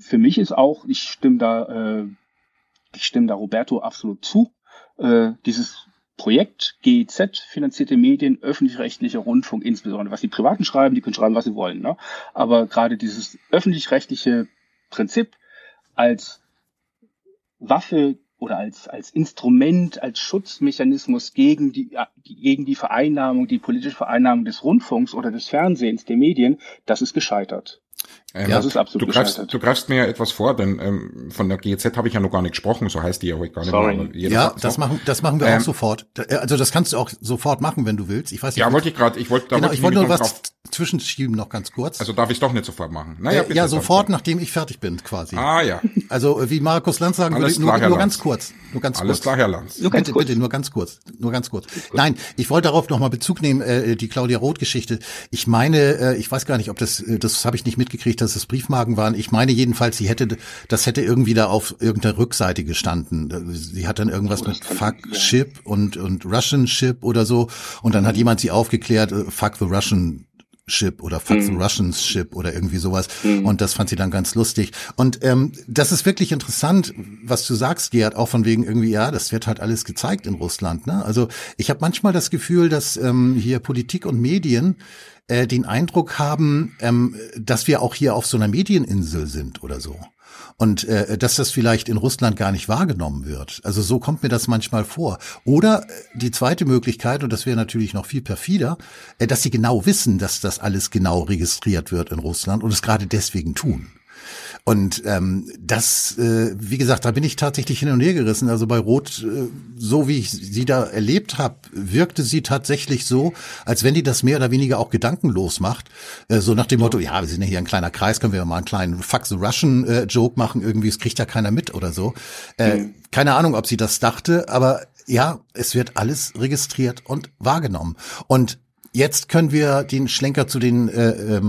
Speaker 7: für mich ist auch, ich stimme da, äh, ich stimme da Roberto absolut zu, äh, dieses Projekt GEZ, finanzierte Medien, öffentlich-rechtlicher Rundfunk insbesondere. Was die Privaten schreiben, die können schreiben, was sie wollen. Ne? Aber gerade dieses öffentlich-rechtliche Prinzip als Waffe oder als, als Instrument, als Schutzmechanismus gegen die, gegen die Vereinnahmung, die politische Vereinnahmung des Rundfunks oder des Fernsehens, der Medien, das ist gescheitert.
Speaker 6: Ähm, ja, du, greifst, du greifst, mir ja etwas vor, denn ähm, von der GEZ habe ich ja noch gar nicht gesprochen, so heißt die ja heute gar nicht
Speaker 5: Sorry. mehr. Ja, das noch. machen, das machen wir ähm, auch sofort. Also das kannst du auch sofort machen, wenn du willst. Ich weiß nicht,
Speaker 6: ja, wollte ich gerade, ich wollte,
Speaker 5: da genau, wollte ich wollte nur was drauf. zwischenschieben noch ganz kurz.
Speaker 6: Also darf ich doch nicht sofort machen.
Speaker 5: Naja, äh, ja, sofort, nachdem ich fertig bin, quasi.
Speaker 6: Ah ja.
Speaker 5: Also wie Markus Lanz sagen würde, nur, nur ganz kurz. Nur ganz
Speaker 6: Alles
Speaker 5: kurz.
Speaker 6: klar, Herr Lanz.
Speaker 5: Nur ganz bitte, kurz. bitte, nur ganz kurz. Nur ganz kurz. Nein, ich wollte darauf nochmal Bezug nehmen, äh, die Claudia Roth-Geschichte. Ich meine, äh, ich weiß gar nicht, ob das, das habe ich nicht mitgekriegt, dass es Briefmarken waren. Ich meine jedenfalls, sie hätte, das hätte irgendwie da auf irgendeiner Rückseite gestanden. Sie hat dann irgendwas oh, mit Fuck Ship und, und Russian Ship oder so. Und dann hat jemand sie aufgeklärt, äh, Fuck the Russian Ship oder Fuck the Russians Ship oder irgendwie sowas. Und das fand sie dann ganz lustig. Und ähm, das ist wirklich interessant, was du sagst, Gerhard, auch von wegen irgendwie, ja, das wird halt alles gezeigt in Russland. Ne? Also ich habe manchmal das Gefühl, dass ähm, hier Politik und Medien äh, den Eindruck haben, ähm, dass wir auch hier auf so einer Medieninsel sind oder so. Und äh, dass das vielleicht in Russland gar nicht wahrgenommen wird. Also so kommt mir das manchmal vor. Oder äh, die zweite Möglichkeit, und das wäre natürlich noch viel perfider, äh, dass sie genau wissen, dass das alles genau registriert wird in Russland und es gerade deswegen tun. Und ähm, das, äh, wie gesagt, da bin ich tatsächlich hin und her gerissen. Also bei Roth, äh, so wie ich sie da erlebt habe, wirkte sie tatsächlich so, als wenn die das mehr oder weniger auch gedankenlos macht. Äh, so nach dem Motto, ja, wir sind ja hier ein kleiner Kreis, können wir mal einen kleinen Fuck the Russian äh, Joke machen, irgendwie, es kriegt ja keiner mit oder so. Äh, mhm. Keine Ahnung, ob sie das dachte, aber ja, es wird alles registriert und wahrgenommen. Und Jetzt können wir den Schlenker zu den äh, äh,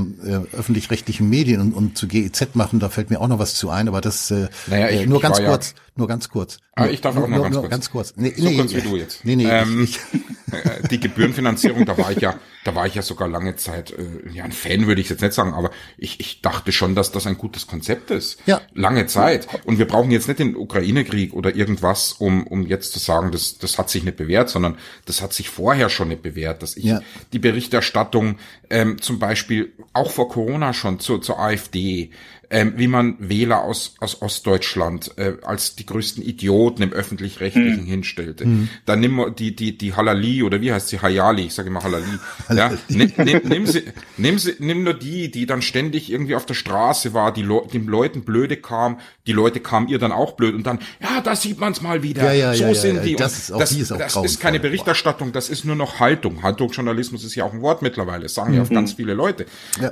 Speaker 5: öffentlich-rechtlichen Medien und, und zu GEZ machen. Da fällt mir auch noch was zu ein, aber das äh,
Speaker 6: Naja, ich-
Speaker 5: äh, nur
Speaker 6: ich
Speaker 5: ganz
Speaker 6: war ja-
Speaker 5: kurz, nur ganz kurz.
Speaker 6: Ah,
Speaker 5: Nur-
Speaker 6: ich darf
Speaker 5: nur,
Speaker 6: auch noch
Speaker 5: nur,
Speaker 6: ganz
Speaker 5: nur
Speaker 6: kurz.
Speaker 5: ganz kurz. Nee,
Speaker 6: So
Speaker 5: nee,
Speaker 6: kurz wie du jetzt.
Speaker 5: Nee, nee,
Speaker 6: Ähm,
Speaker 5: ich, ich,
Speaker 6: äh, die Gebührenfinanzierung, da war ich ja, da war ich ja sogar lange Zeit, äh, ja, ein Fan würde ich jetzt nicht sagen, aber ich, ich dachte schon, dass das ein gutes Konzept ist.
Speaker 5: Ja.
Speaker 6: Lange Zeit. Und wir brauchen jetzt nicht den Ukraine-Krieg oder irgendwas, um, um jetzt zu sagen, das, das hat sich nicht bewährt, sondern das hat sich vorher schon nicht bewährt, dass ich
Speaker 5: Ja.
Speaker 6: die Berichterstattung, ähm, zum Beispiel auch vor Corona schon zur, zur AfD, ähm, wie man Wähler aus, aus Ostdeutschland äh, als die größten Idioten im öffentlich-rechtlichen
Speaker 5: Mhm.
Speaker 6: hinstellte. Dann nimm mal die, die, die Halali oder wie heißt sie, Hayali, ich sage immer Halali. ja, nimm, nimm, nimm, sie, nimm, sie, nimm nur die, die dann ständig irgendwie auf der Straße war, die Leu- den Leuten blöde kam, die Leute kamen ihr dann auch blöd und dann, ja, da sieht man's mal wieder.
Speaker 5: Ja, ja,
Speaker 6: so
Speaker 5: ja, ja,
Speaker 6: sind
Speaker 5: ja,
Speaker 6: die. Und
Speaker 5: das ist auch-
Speaker 6: das,
Speaker 5: die ist auch
Speaker 6: das
Speaker 5: grauenvoll.
Speaker 6: ist keine Berichterstattung, das ist nur noch Haltung. Haltungsjournalismus ist ja auch ein Wort mittlerweile, das sagen ja auch ganz viele Leute.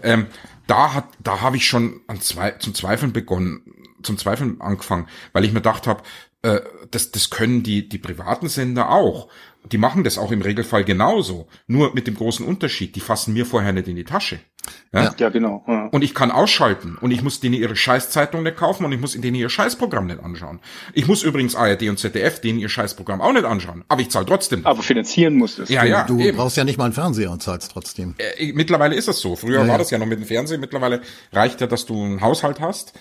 Speaker 6: Ähm, da hat, da habe ich schon an zwei, zum Zweifeln begonnen, zum Zweifeln angefangen, weil ich mir gedacht habe, äh, das, das können die, die privaten Sender auch. Die machen das auch im Regelfall genauso. Nur mit dem großen Unterschied, die fassen mir vorher nicht in die Tasche.
Speaker 7: Ja, genau. Ja.
Speaker 6: Und ich kann ausschalten. Und ich muss denen ihre Scheißzeitung nicht kaufen und ich muss denen ihr Scheißprogramm nicht anschauen. Ich muss übrigens ARD und ZDF denen ihr Scheißprogramm auch nicht anschauen. Aber ich zahle trotzdem.
Speaker 7: Aber finanzieren muss es.
Speaker 6: ja, ah ja,
Speaker 5: du
Speaker 6: eben.
Speaker 5: brauchst ja nicht mal einen Fernseher und zahlst trotzdem.
Speaker 6: Äh, mittlerweile ist es so. Früher war das ja noch mit dem Fernsehen. Mittlerweile reicht ja, dass du einen Haushalt hast.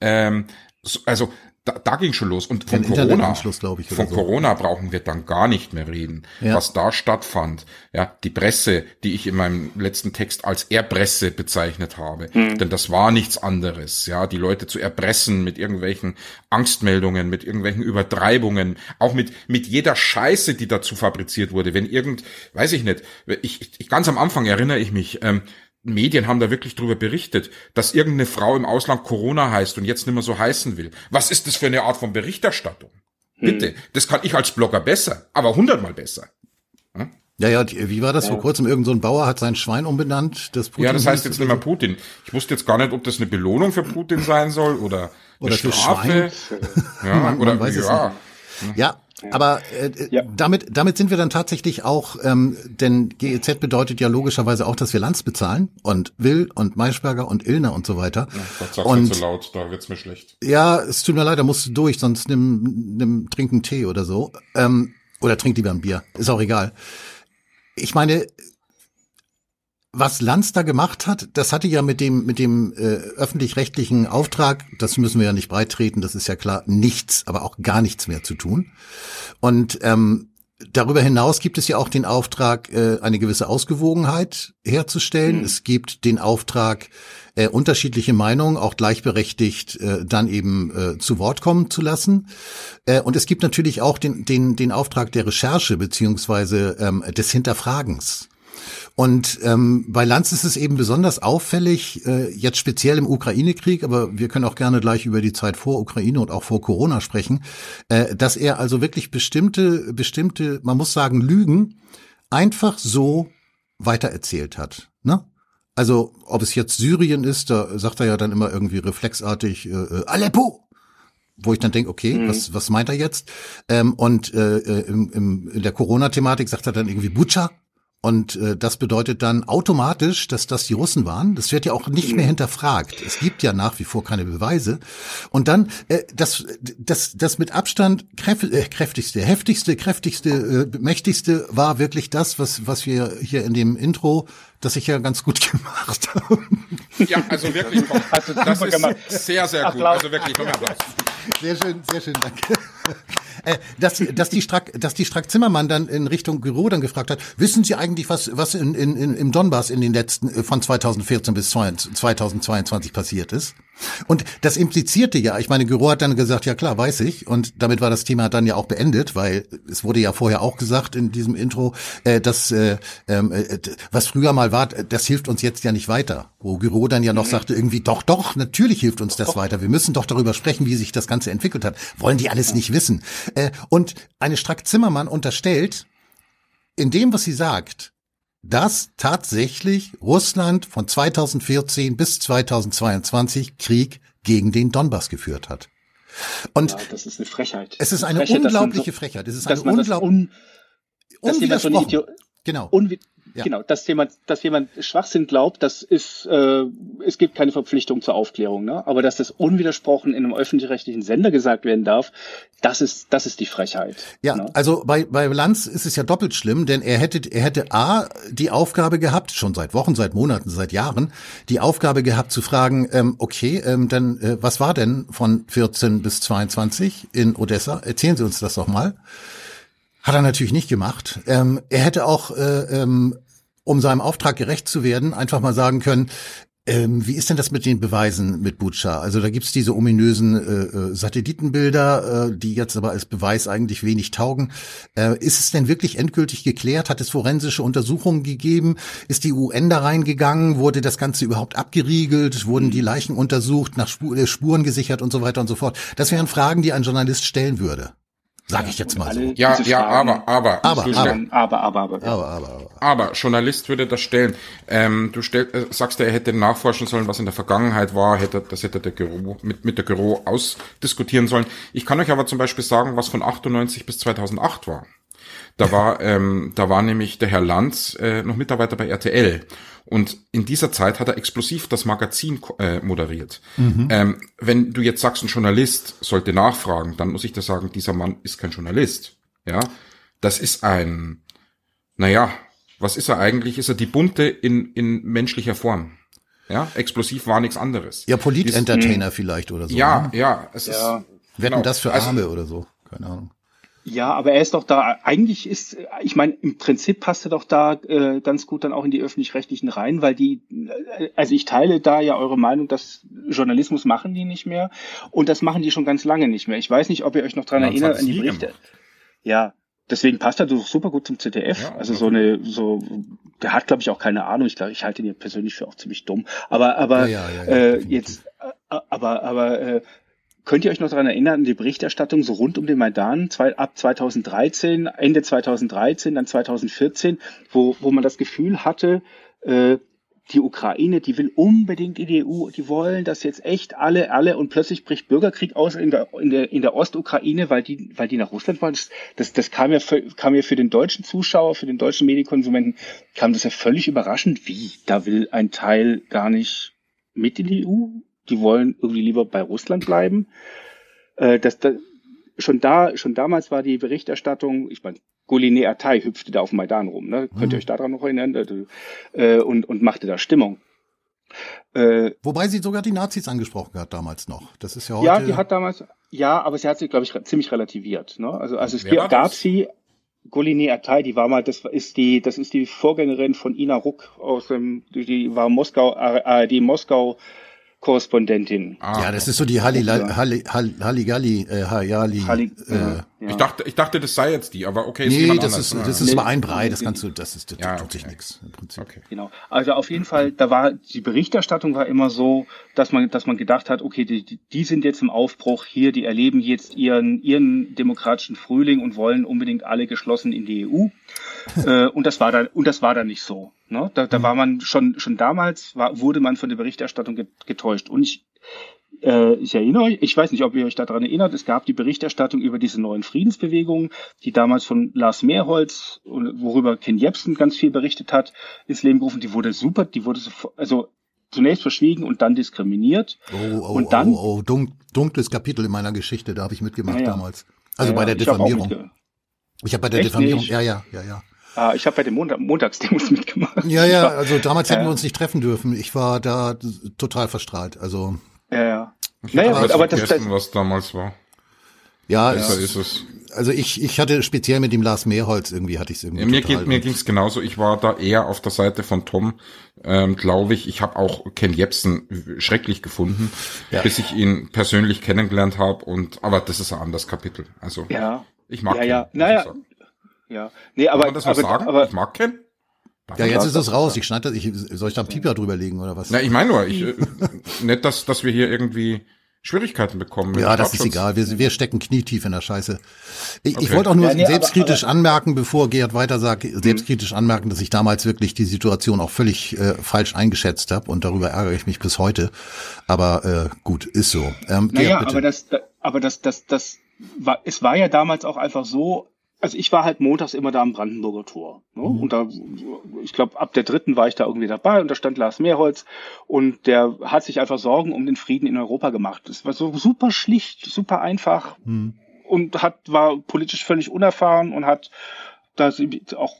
Speaker 6: Ähm, so, also da, da ging schon los. Und von
Speaker 5: Kein
Speaker 6: Corona,
Speaker 5: Internetanschluss, glaub ich, oder
Speaker 6: von
Speaker 5: so.
Speaker 6: Corona brauchen wir dann gar nicht mehr reden,
Speaker 5: Ja.
Speaker 6: was da stattfand. Ja, die Presse, die ich in meinem letzten Text als Erpresse bezeichnet habe, denn das war nichts anderes. Ja, die Leute zu erpressen mit irgendwelchen Angstmeldungen, mit irgendwelchen Übertreibungen, auch mit mit jeder Scheiße, die dazu fabriziert wurde. Wenn irgend, weiß ich nicht, ich, ich ganz am Anfang erinnere ich mich. Ähm, Medien haben da wirklich drüber berichtet, dass irgendeine Frau im Ausland Corona heißt und jetzt nicht mehr so heißen will. Was ist das für eine Art von Berichterstattung? Bitte, das kann ich als Blogger besser, aber hundertmal besser.
Speaker 5: Ja, ja, die- wie war das vor kurzem? Irgend so ein Bauer hat sein Schwein umbenannt. Das Putin
Speaker 6: oh. Ja, das heißt
Speaker 5: hieß
Speaker 6: jetzt nicht mehr Putin. Ich wusste jetzt gar nicht, ob das eine Belohnung für Putin sein soll oder eine
Speaker 5: Oder für
Speaker 6: Strafe. Ja,
Speaker 5: Man- man
Speaker 6: oder
Speaker 5: weiß es
Speaker 6: ja.
Speaker 5: nicht. Ja, aber äh, äh,
Speaker 7: Ja.
Speaker 5: damit damit sind wir dann tatsächlich auch, ähm, denn GEZ bedeutet ja logischerweise auch, dass wir Lanz bezahlen und Will und Maischberger und Illner und so weiter.
Speaker 6: Gott sag's
Speaker 5: und
Speaker 6: nicht so laut, da wird's mir schlecht.
Speaker 5: ja, es tut mir leid, da musst du durch, sonst nimm, nimm trink einen Tee oder so. Ähm, oder trink lieber ein Bier, ist auch egal. Ich meine, was Lanz da gemacht hat, das hatte ja mit dem, mit dem äh, öffentlich-rechtlichen Auftrag, das müssen wir ja nicht breitreten, das ist ja klar, nichts, aber auch gar nichts mehr zu tun. Und ähm, darüber hinaus gibt es ja auch den Auftrag, äh, eine gewisse Ausgewogenheit herzustellen. Es gibt den Auftrag, äh, unterschiedliche Meinungen auch gleichberechtigt äh, dann eben äh, zu Wort kommen zu lassen. Äh, und es gibt natürlich auch den, den, den Auftrag der Recherche beziehungsweise ähm, des Hinterfragens. Und ähm, bei Lanz ist es eben besonders auffällig, äh, jetzt speziell im Ukraine-Krieg, aber wir können auch gerne gleich über die Zeit vor Ukraine und auch vor Corona sprechen, äh, dass er also wirklich bestimmte, bestimmte, man muss sagen, Lügen einfach so weitererzählt hat. Ne? Also ob es jetzt Syrien ist, da sagt er ja dann immer irgendwie reflexartig, äh, äh, Aleppo, wo ich dann denke, okay, was, was meint er jetzt? Ähm, und äh, äh, im, im, in der Corona-Thematik sagt er dann irgendwie Butscha. Und äh, das bedeutet dann automatisch, dass das die Russen waren. Das wird ja auch nicht mehr hinterfragt. Es gibt ja nach wie vor keine Beweise. Und dann äh, das, das, das mit Abstand kräf äh, kräftigste, heftigste, kräftigste, äh, mächtigste war wirklich das, was, was wir hier in dem Intro, das ich ja ganz gut gemacht habe.
Speaker 6: Ja, also wirklich, komm,
Speaker 7: Hast du
Speaker 6: das
Speaker 7: super
Speaker 6: ist
Speaker 7: gemacht.
Speaker 6: sehr, sehr gut.
Speaker 7: Applaus.
Speaker 6: Also wirklich, komm, Applaus.
Speaker 5: Sehr schön, sehr schön, danke. Äh, dass, dass die Strack, dass die Strack Zimmermann dann in Richtung Giro dann gefragt hat, wissen Sie eigentlich, was, was in, in, in, im Donbass in den letzten, äh, von 2014 bis 22 2022 passiert ist? Und das implizierte ja, ich meine, Giro hat dann gesagt, ja klar, weiß ich. Und damit war das Thema dann ja auch beendet, weil es wurde ja vorher auch gesagt in diesem Intro, äh, dass, äh, ähm, äh, d- was früher mal war, das hilft uns jetzt ja nicht weiter. Wo Giro dann
Speaker 7: Mhm.
Speaker 5: ja noch sagte irgendwie, doch, doch, natürlich hilft uns das weiter. Wir müssen doch darüber sprechen, wie sich das Ganze entwickelt hat. Wollen die alles nicht wissen. Äh, und eine Strack-Zimmermann unterstellt, in dem, was sie sagt, dass tatsächlich Russland von 2014 bis 2022 Krieg gegen den Donbass geführt hat. Und
Speaker 7: Ja, das ist eine Frechheit.
Speaker 5: es ist eine
Speaker 7: Frechheit, dass man
Speaker 5: unglaubliche
Speaker 7: so-
Speaker 5: Frechheit. Es ist eine
Speaker 7: Dass man das
Speaker 5: unglaubliche
Speaker 7: un, dass jemand so eine
Speaker 5: unwidersprochen.
Speaker 7: Idiot,
Speaker 5: Genau.
Speaker 7: unwi-
Speaker 5: Ja.
Speaker 7: Genau, dass jemand, dass jemand Schwachsinn glaubt, das ist, äh, es gibt keine Verpflichtung zur Aufklärung, ne? Aber dass das unwidersprochen in einem öffentlich-rechtlichen Sender gesagt werden darf, das ist, das ist die Frechheit.
Speaker 5: Ja,
Speaker 7: ne?
Speaker 5: also bei, bei Lanz ist es ja doppelt schlimm, denn er hätte, er hätte A, die Aufgabe gehabt, schon seit Wochen, seit Monaten, seit Jahren, die Aufgabe gehabt zu fragen, ähm, okay, ähm, dann, äh, was war denn von 14 bis 22 in Odessa? Erzählen Sie uns das doch mal. Hat er natürlich nicht gemacht. Ähm, er hätte auch, äh, ähm, um seinem Auftrag gerecht zu werden, einfach mal sagen können, ähm, wie ist denn das mit den Beweisen mit Butscha? Also da gibt's diese ominösen äh, äh, Satellitenbilder, äh, die jetzt aber als Beweis eigentlich wenig taugen. Äh, ist es denn wirklich endgültig geklärt? Hat es forensische Untersuchungen gegeben? Ist die UN da reingegangen? Wurde das Ganze überhaupt abgeriegelt? Wurden
Speaker 6: Mhm.
Speaker 5: die Leichen untersucht, nach Spu äh, Spuren gesichert und so weiter und so fort? Das wären Fragen, die ein Journalist stellen würde. Sag ich jetzt mal so.
Speaker 7: Alle
Speaker 6: Ja,
Speaker 7: diese
Speaker 6: ja,
Speaker 7: Fragen-
Speaker 6: aber, aber,
Speaker 5: Aber,
Speaker 6: du
Speaker 5: aber.
Speaker 6: stell-
Speaker 7: aber, aber, aber.
Speaker 5: Aber, aber, aber.
Speaker 6: aber Journalist würde das stellen. Ähm, du stell, äh, sagst ja, er hätte nachforschen sollen, was in der Vergangenheit war, hätte, das hätte der Gero mit, mit der Gero ausdiskutieren sollen. Ich kann euch aber zum Beispiel sagen, was von 98 bis 2008 war. Da war, ähm, da war nämlich der Herr Lanz äh, noch Mitarbeiter bei RTL. Und in dieser Zeit hat er explosiv das Magazin äh, moderiert.
Speaker 5: Mhm.
Speaker 6: Ähm, wenn du jetzt sagst, ein Journalist sollte nachfragen, dann muss ich dir sagen, dieser Mann ist kein Journalist. Ja, das ist ein, naja, was ist er eigentlich? Ist er die bunte in, in menschlicher Form? Ja, explosiv war nichts anderes.
Speaker 5: Ja, Polit-Entertainer vielleicht oder so.
Speaker 6: Mhm. Ja,
Speaker 5: ne?
Speaker 6: ja, es
Speaker 7: Ja.
Speaker 6: ist.
Speaker 5: Wetten
Speaker 6: genau.
Speaker 5: das für
Speaker 6: Also-
Speaker 5: Arme oder so. Keine Ahnung.
Speaker 7: Ja, aber er ist doch da, eigentlich ist, ich meine, im Prinzip passt er doch da äh, ganz gut dann auch in die öffentlich-rechtlichen rein, weil die, äh, also ich teile da ja eure Meinung, dass Journalismus machen die nicht mehr und das machen die schon ganz lange nicht mehr. Ich weiß nicht, ob ihr euch noch dran
Speaker 6: Lanz hat
Speaker 7: erinnert
Speaker 6: es
Speaker 7: an die
Speaker 6: nie
Speaker 7: Berichte.
Speaker 6: gemacht.
Speaker 7: Ja, deswegen passt er doch super gut zum ZDF.
Speaker 6: Ja,
Speaker 7: also so eine, so, der hat glaube ich auch keine Ahnung. Ich glaube, ich halte ihn ja persönlich für auch ziemlich dumm. Aber, aber
Speaker 5: Ja, ja, ja, ja,
Speaker 7: äh,
Speaker 5: definitiv.
Speaker 7: jetzt, äh, aber, aber äh, Könnt ihr euch noch daran erinnern, an die Berichterstattung so rund um den Maidan zwei, ab 2013, Ende 2013, dann 2014, wo, wo man das Gefühl hatte, äh, die Ukraine, die will unbedingt in die EU, die wollen das jetzt echt alle, alle und plötzlich bricht Bürgerkrieg aus in der, in der, in der Ostukraine, weil die, weil die nach Russland wollen. Das- Das, das kam ja, vö- kam ja für den deutschen Zuschauer, für den deutschen Medienkonsumenten, kam das ja völlig überraschend. Wie? Da will ein Teil gar nicht mit in die EU? Die wollen irgendwie lieber bei Russland bleiben? Äh, das, das, schon da, schon damals war die Berichterstattung, ich meine, Goline Atay hüpfte da auf dem Maidan rum, ne? Könnt ihr euch daran noch erinnern? Äh, und, und machte da Stimmung. Äh,
Speaker 5: Wobei sie sogar die Nazis angesprochen hat damals noch. Das ist ja heute.
Speaker 7: ja, die hat damals, ja, aber sie hat sich, glaube ich, re- ziemlich relativiert. Ne? Also, also es
Speaker 6: Wer war
Speaker 7: gab gab
Speaker 6: das?
Speaker 7: sie, Goline Atay, die war mal, das ist die, das ist die Vorgängerin von Ina Ruck aus dem, die- die war Moskau, ARD Moskau Korrespondentin.
Speaker 6: Ah,
Speaker 5: ja, das ist so die Halli, Halli, Halli, Halligalli, äh, Hayali.
Speaker 7: Halli- Mhm.
Speaker 5: äh,
Speaker 7: ja.
Speaker 6: Ich dachte, ich dachte, das sei jetzt die, aber okay, ist
Speaker 5: Nee,
Speaker 6: jemand
Speaker 5: das
Speaker 6: anders.
Speaker 5: ist,
Speaker 6: Ah,
Speaker 5: das
Speaker 6: ja.
Speaker 5: ist mal ein Brei, das kannst du, das ist, das
Speaker 6: Ja,
Speaker 5: tut sich
Speaker 6: okay.
Speaker 5: nichts im Prinzip.
Speaker 6: okay.
Speaker 7: Genau. Also auf jeden Fall, da war die Berichterstattung war immer so, dass man, dass man gedacht hat, okay, die, die- die sind jetzt im Aufbruch hier, die erleben jetzt ihren, ihren demokratischen Frühling und wollen unbedingt alle geschlossen in die EU. äh, und das war dann, und das war dann nicht so. Ne? Da,
Speaker 5: Mhm.
Speaker 7: da war man schon, schon damals war, wurde man von der Berichterstattung get- getäuscht. Und ich, äh, ich erinnere euch, ich weiß nicht, ob ihr euch daran erinnert, es gab die Berichterstattung über diese neuen Friedensbewegungen, die damals von Lars Mehrholz, und worüber Ken Jebsen ganz viel berichtet hat, ins Leben gerufen. Die wurde super, die wurde sofo- also zunächst verschwiegen und dann diskriminiert.
Speaker 5: Oh, oh,
Speaker 7: Und dann-
Speaker 5: oh, oh, dunk, dunkles Kapitel in meiner Geschichte, da habe ich mitgemacht
Speaker 7: Ja, ja.
Speaker 5: damals. Also
Speaker 7: Ja,
Speaker 5: bei der
Speaker 7: Äh, ich hab auch
Speaker 5: Diffamierung.
Speaker 7: mitge-
Speaker 5: Ich habe bei der
Speaker 7: Echt
Speaker 5: Diffamierung,
Speaker 7: nicht?
Speaker 5: ja, ja, ja, ja.
Speaker 7: Ah, ich habe bei den Montag, Montagsdemos mitgemacht.
Speaker 5: Ja, ja, also damals hätten
Speaker 7: Ja.
Speaker 5: wir uns nicht treffen dürfen. Ich war da total verstrahlt. Also,
Speaker 7: Ja, ja.
Speaker 6: Ich
Speaker 7: Naja,
Speaker 6: hab
Speaker 7: gut,
Speaker 6: alles
Speaker 7: aber das, das,
Speaker 6: vergessen, was damals war.
Speaker 5: Ah, ja,
Speaker 6: Besser
Speaker 5: es,
Speaker 6: ist es.
Speaker 5: also ich, ich hatte speziell mit dem Lars Mehrholz irgendwie, hatte ich es irgendwie
Speaker 6: Ja, mir
Speaker 5: total.
Speaker 6: geht, mir ging's genauso. Ich war da eher auf der Seite von Tom, ähm, glaube ich. Ich habe auch Ken Jebsen schrecklich gefunden, bis ich ihn persönlich kennengelernt habe. Und aber das ist ein anderes Kapitel. Also
Speaker 7: ja.
Speaker 6: ich mag
Speaker 7: Ja,
Speaker 6: Ken.
Speaker 7: ja.
Speaker 6: muss ich
Speaker 7: Naja,
Speaker 6: sagen. Kann
Speaker 7: Ja, nee, aber,
Speaker 6: man das noch
Speaker 7: aber,
Speaker 6: sagen?
Speaker 7: aber
Speaker 6: ich mag Ken. Darf
Speaker 5: ja,
Speaker 6: man
Speaker 5: jetzt
Speaker 6: das?
Speaker 5: ist es raus. Ich schneide das, ich, soll ich da einen Pieper drüberlegen oder was?
Speaker 6: Na, ich meine nur, ich,
Speaker 7: Hm.
Speaker 6: äh, nicht, dass, dass wir hier irgendwie Schwierigkeiten bekommen. mit
Speaker 5: Ja, das ist
Speaker 6: Datenschutz.
Speaker 5: egal. Wir, wir stecken knietief in der Scheiße. Ich, ich
Speaker 6: Okay. Mhm.
Speaker 5: wollte auch nur
Speaker 7: Ja, nee, aber-
Speaker 5: selbstkritisch anmerken, bevor Gerhard weiter sagt, selbstkritisch anmerken, dass ich damals wirklich die Situation auch völlig äh, falsch eingeschätzt habe und darüber ärgere ich mich bis heute. Aber äh, gut, ist so. Ähm,
Speaker 7: naja,
Speaker 5: Gerhard, bitte.
Speaker 7: aber das, aber das, das, das war, es war ja damals auch einfach so, also ich war halt montags immer da am Brandenburger Tor. Ne? Und da, ich glaube, ab der dritten war ich da irgendwie dabei und da stand Lars Meerholz und der hat sich einfach Sorgen um den Frieden in Europa gemacht. Das war so super schlicht, super einfach und hat, war politisch völlig unerfahren und hat da auch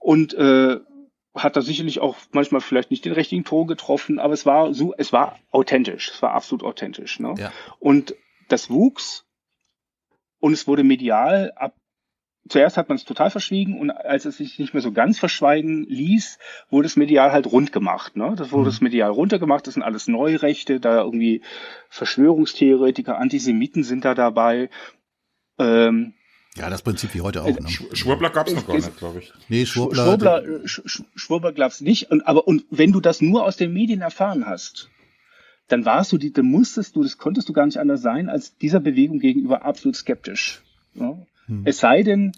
Speaker 7: und äh, hat da sicherlich auch manchmal vielleicht nicht den richtigen Ton getroffen, aber es war so, es war authentisch, es war absolut authentisch. Ne?
Speaker 5: Ja.
Speaker 7: Und das wuchs und es wurde medial ab. Zuerst hat man es total verschwiegen und als es sich nicht mehr so ganz verschweigen ließ, wurde es medial halt rund gemacht. Ne? Das wurde es medial runtergemacht, das sind alles Neurechte, da irgendwie Verschwörungstheoretiker, Antisemiten sind da dabei. Ähm,
Speaker 5: Ja, das Prinzip wie heute auch. Ne?
Speaker 6: Sch Schwurbler gab's noch gar nicht, glaube ich.
Speaker 5: Nee, Schwurbler.
Speaker 7: Äh, Schwurbler, äh, Sch- Sch- Schwurbler glaubst nicht. Und, aber und wenn du das nur aus den Medien erfahren hast, dann warst du, die, dann musstest du, das konntest du gar nicht anders sein, als dieser Bewegung gegenüber absolut skeptisch. Ja? Es sei denn,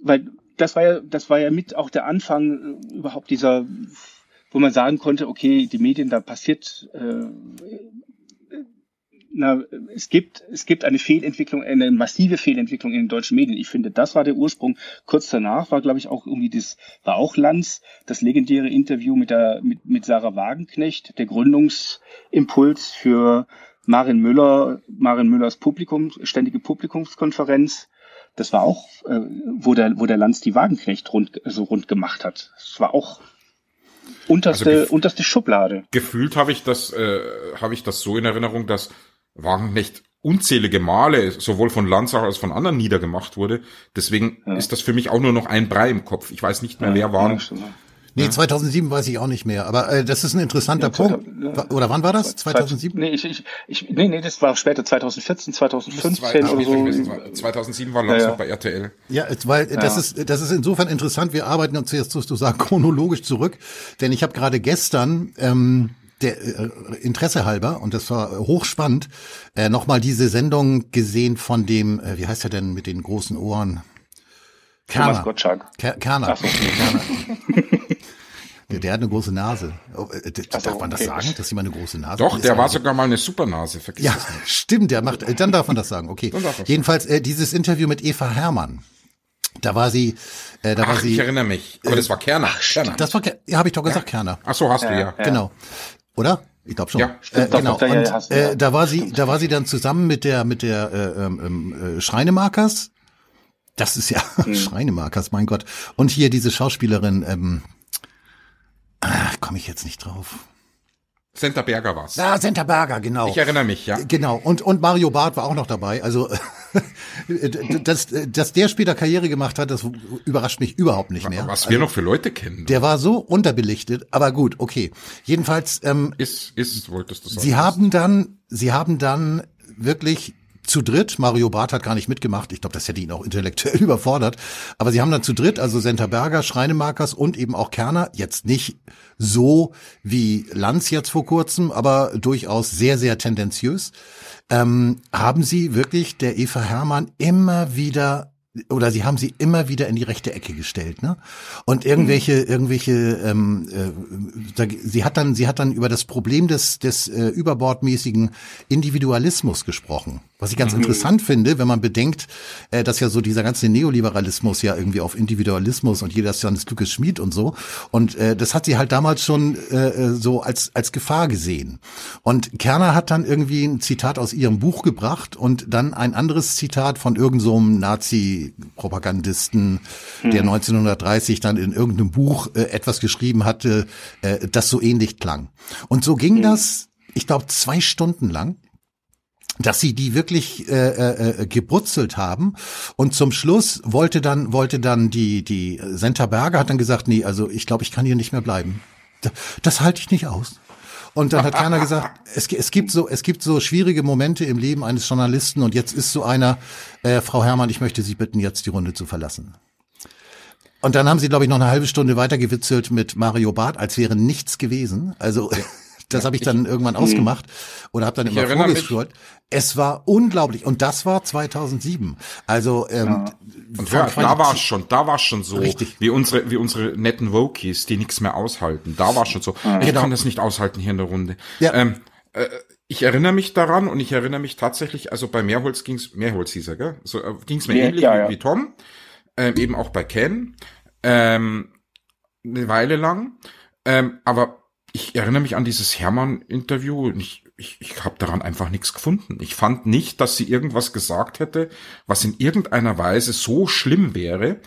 Speaker 7: weil das war ja, das war ja mit auch der Anfang äh, überhaupt dieser, wo man sagen konnte, okay, die Medien, da passiert, äh, na, es gibt, es gibt eine Fehlentwicklung, eine massive Fehlentwicklung in den deutschen Medien. Ich finde, das war der Ursprung. Kurz danach war, glaube ich, auch irgendwie das, war auch Lanz, das legendäre Interview mit der, mit, mit Sarah Wagenknecht, der Gründungsimpuls für Marin Müller, Marin Müllers Publikum, ständige Publikumskonferenz. Das war auch, äh, wo der, wo der Lanz die Wagenknecht rund, so rund gemacht hat. Das war auch unterste,
Speaker 6: Also gef-
Speaker 7: unterste Schublade.
Speaker 6: Gefühlt habe ich das, äh, habe ich das so in Erinnerung, dass Wagenknecht unzählige Male sowohl von Lanzach als von anderen niedergemacht wurde. Deswegen ist das für mich auch nur noch ein Brei im Kopf. Ich weiß nicht mehr, wer waren.
Speaker 5: Nee, 2007 weiß ich auch nicht mehr. Aber äh, das ist ein interessanter Punkt. Wa- Oder wann war das? 2007?
Speaker 7: ne, Nee, ich, ich, ich, nee, nee, das war später 2014, 2015 oder so.
Speaker 6: 2007 war Lanzach
Speaker 7: Ja, ja.
Speaker 6: bei RTL.
Speaker 5: Ja, es- weil äh, das
Speaker 7: Ja.
Speaker 5: ist das ist insofern interessant. Wir arbeiten uns jetzt sozusagen chronologisch zurück, denn ich habe gerade gestern ähm, der äh, Interesse halber und das war äh, hochspannend äh, nochmal diese Sendung gesehen von dem äh, wie heißt er denn mit den großen Ohren
Speaker 7: Thomas
Speaker 5: Kerner
Speaker 7: Gottschalk.
Speaker 5: Ker Kerner.
Speaker 7: Ach so.
Speaker 5: Kerner. Der, der hat eine große Nase. Oh, äh, d-
Speaker 7: Ach so,
Speaker 5: darf man das
Speaker 7: okay.
Speaker 5: sagen, dass jemand eine große Nase hat?
Speaker 6: Doch,
Speaker 5: Also Ist
Speaker 6: der
Speaker 5: aber
Speaker 6: war
Speaker 5: so-
Speaker 6: sogar mal eine Supernase. Vergiss
Speaker 5: Ja,
Speaker 6: das nicht.
Speaker 5: stimmt, der macht, äh, dann darf man das sagen, okay.
Speaker 6: Dann darf man das
Speaker 5: Jedenfalls äh, dieses Interview mit Eva Herrmann. Da war sie, äh, da war
Speaker 6: Ach, ich
Speaker 5: sie,
Speaker 6: erinnere mich. Aber das war Kerner. Kerner.
Speaker 5: Äh, das war, Ke- ja, habe ich doch gesagt, Kerner.
Speaker 6: Ach so, hast du ja.
Speaker 5: Genau. Oder? Ich glaube schon.
Speaker 6: Ja,
Speaker 5: äh,
Speaker 7: stimmt, doch,
Speaker 5: genau.
Speaker 7: doch, ja, ja, hast
Speaker 5: Und
Speaker 7: du,
Speaker 5: äh,
Speaker 7: ja.
Speaker 5: da war sie, da war sie dann zusammen mit der mit der äh, ähm, ähm, äh, Schreinemarkers. Das ist ja Schreinemarkers, mein Gott. Und hier diese Schauspielerin. Ähm, ach, komme ich jetzt nicht drauf.
Speaker 6: Senta Berger war's.
Speaker 5: Ah, Senta Berger, genau.
Speaker 6: Ich erinnere mich, ja.
Speaker 5: Genau, und, und Mario Barth war auch noch dabei. Also, dass, dass der später Karriere gemacht hat, das überrascht mich überhaupt nicht mehr.
Speaker 6: Was wir noch für Leute kennen.
Speaker 5: genau. Also Der war so unterbelichtet, aber gut, okay. Jedenfalls, ähm,
Speaker 6: ist, ist, wolltest du sagen.
Speaker 5: sie haben dann, sie haben dann wirklich zu dritt, Mario Barth hat gar nicht mitgemacht, ich glaube, das hätte ihn auch intellektuell überfordert, aber sie haben dann zu dritt, also Senta Berger, Schreinemarkers und eben auch Kerner, jetzt nicht so wie Lanz jetzt vor kurzem, aber durchaus sehr, sehr tendenziös, ähm, haben sie wirklich der Eva Hermann immer wieder oder sie haben sie immer wieder in die rechte Ecke gestellt, ne? Und irgendwelche, irgendwelche, ähm, äh, da, sie hat dann, sie hat dann über das Problem des des äh, überbordmäßigen Individualismus gesprochen, was ich ganz interessant finde, wenn man bedenkt, äh, dass ja so dieser ganze Neoliberalismus ja irgendwie auf Individualismus und jeder ist ja des Glückes Schmied und so. Und äh, das hat sie halt damals schon äh, äh, so als als Gefahr gesehen. Und Kerner hat dann irgendwie ein Zitat aus ihrem Buch gebracht und dann ein anderes Zitat von irgendeinem so einem Nazi-Propagandisten, der 1930 dann in irgendeinem Buch äh, etwas geschrieben hatte, äh, das so ähnlich klang. Und so ging das, ich glaube, zwei Stunden lang dass sie die wirklich äh, äh, äh, gebrutzelt haben und zum Schluss wollte dann wollte dann die die Senta Berger hat dann gesagt nee also ich glaube ich kann hier nicht mehr bleiben das, das halte ich nicht aus und dann hat Kerner gesagt es, gi- es gibt so es gibt so schwierige Momente im Leben eines Journalisten und jetzt ist so einer äh, Frau Herrmann ich möchte Sie bitten jetzt die Runde zu verlassen und dann haben sie, glaube ich, noch eine halbe Stunde weitergewitzelt mit Mario Barth, als wäre nichts gewesen. Also das habe ich dann irgendwann ausgemacht oder habe dann immer
Speaker 6: Hm. erinnere mich.
Speaker 5: vorgescrollt. Es war unglaublich und das war 2007. Also ähm,
Speaker 6: Und
Speaker 5: von
Speaker 6: ja,
Speaker 5: Quali-
Speaker 6: da war es schon, da war es schon so,
Speaker 5: Richtig.
Speaker 6: wie unsere, wie unsere netten Wokies, die nichts mehr aushalten. Da war es schon so. Ich kann das nicht aushalten hier in der Runde.
Speaker 5: Ja.
Speaker 6: Ähm, äh, ich erinnere mich daran und ich erinnere mich tatsächlich, also bei Meerholz ging's, Meerholz hieß er, gell? So, äh, ging's mir
Speaker 7: Ja,
Speaker 6: ähnlich
Speaker 7: ja,
Speaker 6: wie,
Speaker 7: ja.
Speaker 6: wie Tom, ähm, eben auch bei Ken, ähm, eine Weile lang, ähm, aber ich erinnere mich an dieses Hermann-Interview und ich, ich, ich habe daran einfach nichts gefunden. Ich fand nicht, dass sie irgendwas gesagt hätte, was in irgendeiner Weise so schlimm wäre,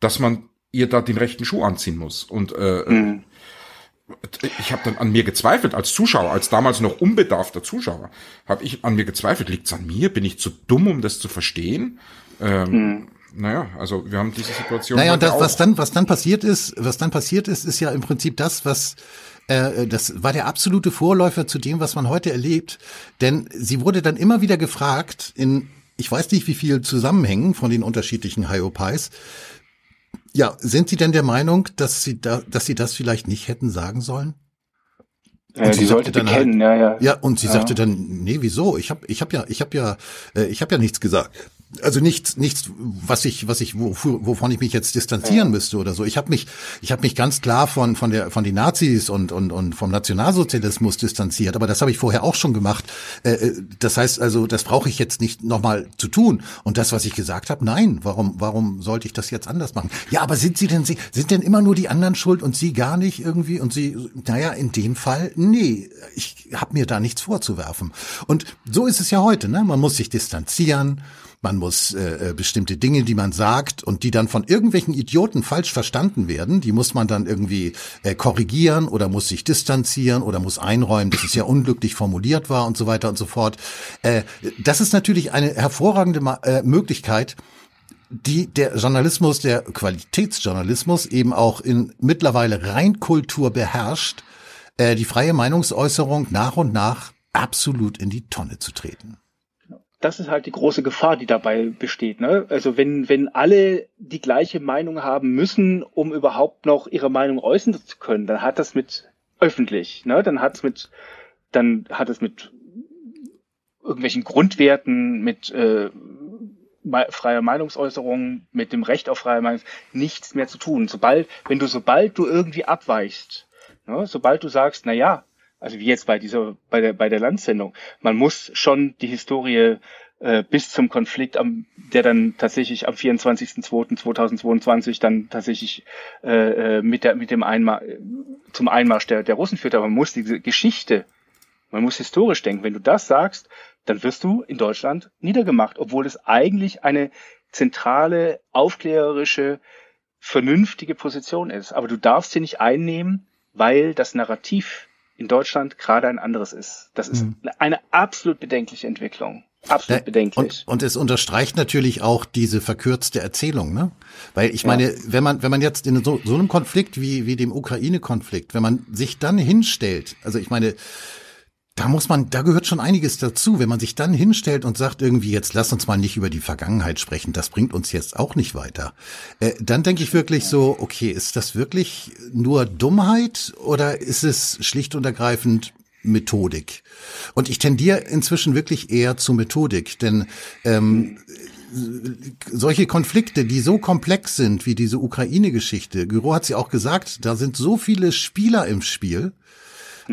Speaker 6: dass man ihr da den rechten Schuh anziehen muss. Und äh,
Speaker 7: Mhm.
Speaker 6: ich habe dann an mir gezweifelt als Zuschauer, als damals noch unbedarfter Zuschauer, habe ich an mir gezweifelt. Liegt's an mir? Bin ich zu dumm, um das zu verstehen? Ähm, Naja, also wir haben diese Situation.
Speaker 5: Naja, und
Speaker 6: heute
Speaker 5: das, was
Speaker 6: auch.
Speaker 5: dann, was dann passiert ist, was dann passiert ist, ist ja im Prinzip das, was äh, das war der absolute Vorläufer zu dem, was man heute erlebt. Denn sie wurde dann immer wieder gefragt in ich weiß nicht, wie viel Zusammenhängen von den unterschiedlichen Hiopies. Ja, sind Sie denn der Meinung, dass Sie da, dass Sie das vielleicht nicht hätten sagen sollen?
Speaker 7: Äh,
Speaker 5: sie sagte
Speaker 7: die sollte
Speaker 5: dann halt-
Speaker 7: kennen, ja, ja.
Speaker 5: Ja, und sie sagte dann, nee, wieso? Ich habe ich hab ja, ich habe ja, äh, ich habe ja nichts gesagt. Also nichts, nichts, was ich, was ich, wofür, wovon ich mich jetzt distanzieren müsste oder so. Ich habe mich, ich habe mich ganz klar von von der von den Nazis und und und vom Nationalsozialismus distanziert. Aber das habe ich vorher auch schon gemacht. Äh, äh, das heißt also, das brauche ich jetzt nicht nochmal zu tun. Und das, was ich gesagt habe, nein. Warum, warum sollte ich das jetzt anders machen? Ja, aber sind Sie denn Sie sind denn immer nur die anderen schuld und Sie gar nicht irgendwie? Und Sie, naja, in dem Fall, nee, ich habe mir da nichts vorzuwerfen. Und so ist es ja heute. Ne, man muss sich distanzieren. Man muss äh, äh, bestimmte Dinge, die man sagt und die dann von irgendwelchen Idioten falsch verstanden werden, die muss man dann irgendwie äh, korrigieren oder muss sich distanzieren oder muss einräumen, dass es ja unglücklich formuliert war und so weiter und so fort. Äh, das ist natürlich eine hervorragende Ma äh, Möglichkeit, die der Journalismus, der Qualitätsjournalismus eben auch in mittlerweile Reinkultur beherrscht, äh, die freie Meinungsäußerung nach und nach absolut in die Tonne zu treten.
Speaker 7: Das ist halt die große Gefahr, die dabei besteht. Ne? Also wenn, wenn alle die gleiche Meinung haben müssen, um überhaupt noch ihre Meinung äußern zu können, dann hat das mit öffentlich, ne? dann hat es mit, dann hat es mit irgendwelchen Grundwerten, mit äh, me- freier Meinungsäußerung, mit dem Recht auf freie Meinung nichts mehr zu tun. Sobald, wenn du, sobald du irgendwie abweichst, ne? sobald du sagst, na ja, also wie jetzt bei dieser, bei der, bei der Landsendung, man muss schon die Historie äh, bis zum Konflikt, am, der dann tatsächlich am 24.02.2022 dann tatsächlich äh, äh, mit, der, mit dem Einma zum Einmarsch der, der Russen führt. Aber man muss diese Geschichte, man muss historisch denken. Wenn du das sagst, dann wirst du in Deutschland niedergemacht, obwohl es eigentlich eine zentrale, aufklärerische, vernünftige Position ist. Aber du darfst sie nicht einnehmen, weil das Narrativ in Deutschland gerade ein anderes ist. Das ist eine absolut bedenkliche Entwicklung. Absolut bedenklich.
Speaker 5: Äh, Und, und es unterstreicht natürlich auch diese verkürzte Erzählung, ne? Weil ich meine, wenn man, wenn man jetzt in so, so einem Konflikt wie, wie dem Ukraine-Konflikt, wenn man sich dann hinstellt, also ich meine, da muss man, da gehört schon einiges dazu, wenn man sich dann hinstellt und sagt irgendwie, jetzt lass uns mal nicht über die Vergangenheit sprechen, das bringt uns jetzt auch nicht weiter. Äh, dann denke ich wirklich so, okay, ist das wirklich nur Dummheit oder ist es schlicht und ergreifend Methodik? Und ich tendiere inzwischen wirklich eher zu Methodik, denn ähm, solche Konflikte, die so komplex sind wie diese Ukraine-Geschichte, Gyro hat sie auch gesagt, da sind so viele Spieler im Spiel.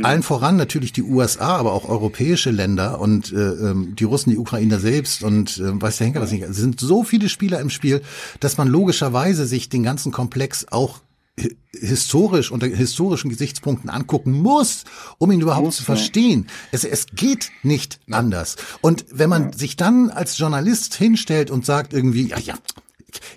Speaker 5: Allen voran natürlich die USA, aber auch europäische Länder und äh, ähm, die Russen, die Ukrainer selbst und äh, weiß der Henker was nicht. Es sind so viele Spieler im Spiel, dass man logischerweise sich den ganzen Komplex auch hi- historisch unter historischen Gesichtspunkten angucken muss, um ihn überhaupt zu verstehen. Es, es geht nicht anders. Und wenn man sich dann als Journalist hinstellt und sagt irgendwie, ja, ja,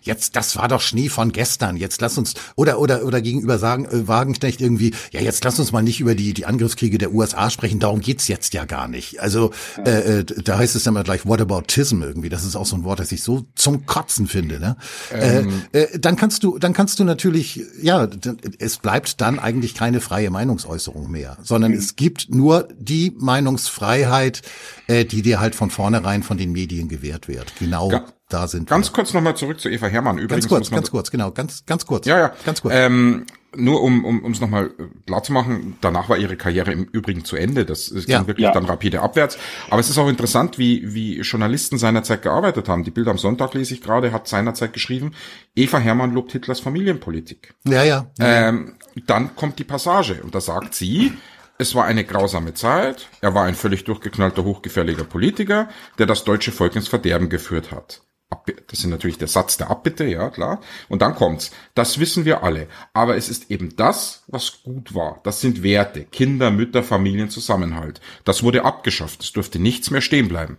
Speaker 5: jetzt, das war doch Schnee von gestern, jetzt lass uns, oder, oder, oder gegenüber sagen, äh, Wagenknecht irgendwie, ja, jetzt lass uns mal nicht über die, die Angriffskriege der USA sprechen, darum geht's jetzt ja gar nicht. Also, äh, äh, da heißt es dann mal gleich Whataboutism irgendwie, das ist auch so ein Wort, das ich so zum Kotzen finde, ne?
Speaker 6: Ähm.
Speaker 5: äh, äh, dann kannst du, dann kannst du natürlich, ja, dann- es bleibt dann eigentlich keine freie Meinungsäußerung mehr, sondern
Speaker 6: Mhm.
Speaker 5: es gibt nur die Meinungsfreiheit, äh, die dir halt von vornherein von den Medien gewährt wird. Genau
Speaker 6: Ga-
Speaker 5: da sind wir.
Speaker 6: Ganz kurz nochmal zurück zu Eva Hermann. Übrigens
Speaker 5: Ganz kurz,
Speaker 6: muss man
Speaker 5: ganz kurz, genau, ganz, ganz kurz.
Speaker 6: Ja, ja.
Speaker 5: Ganz kurz.
Speaker 6: Ähm, nur um um um's nochmal klar zu machen, danach war ihre Karriere im Übrigen zu Ende. Das ist
Speaker 5: Ja.
Speaker 6: ging wirklich
Speaker 7: Ja.
Speaker 6: dann rapide abwärts. Aber es ist auch interessant, wie wie Journalisten seinerzeit gearbeitet haben. Die Bilder am Sonntag lese ich gerade, hat seinerzeit geschrieben: Eva Hermann lobt Hitlers Familienpolitik.
Speaker 5: ja, ja.
Speaker 6: Ähm, dann kommt die Passage und da sagt sie, Es war eine grausame Zeit. Er war ein völlig durchgeknallter, hochgefährlicher Politiker, der das deutsche Volk ins Verderben geführt hat. Abbi- Das ist natürlich der Satz der Abbitte, ja klar. Und dann kommt's. Das wissen wir alle. Aber es ist eben das, was gut war. Das sind Werte. Kinder, Mütter, Familien, Zusammenhalt. Das wurde abgeschafft. Es durfte nichts mehr stehen bleiben.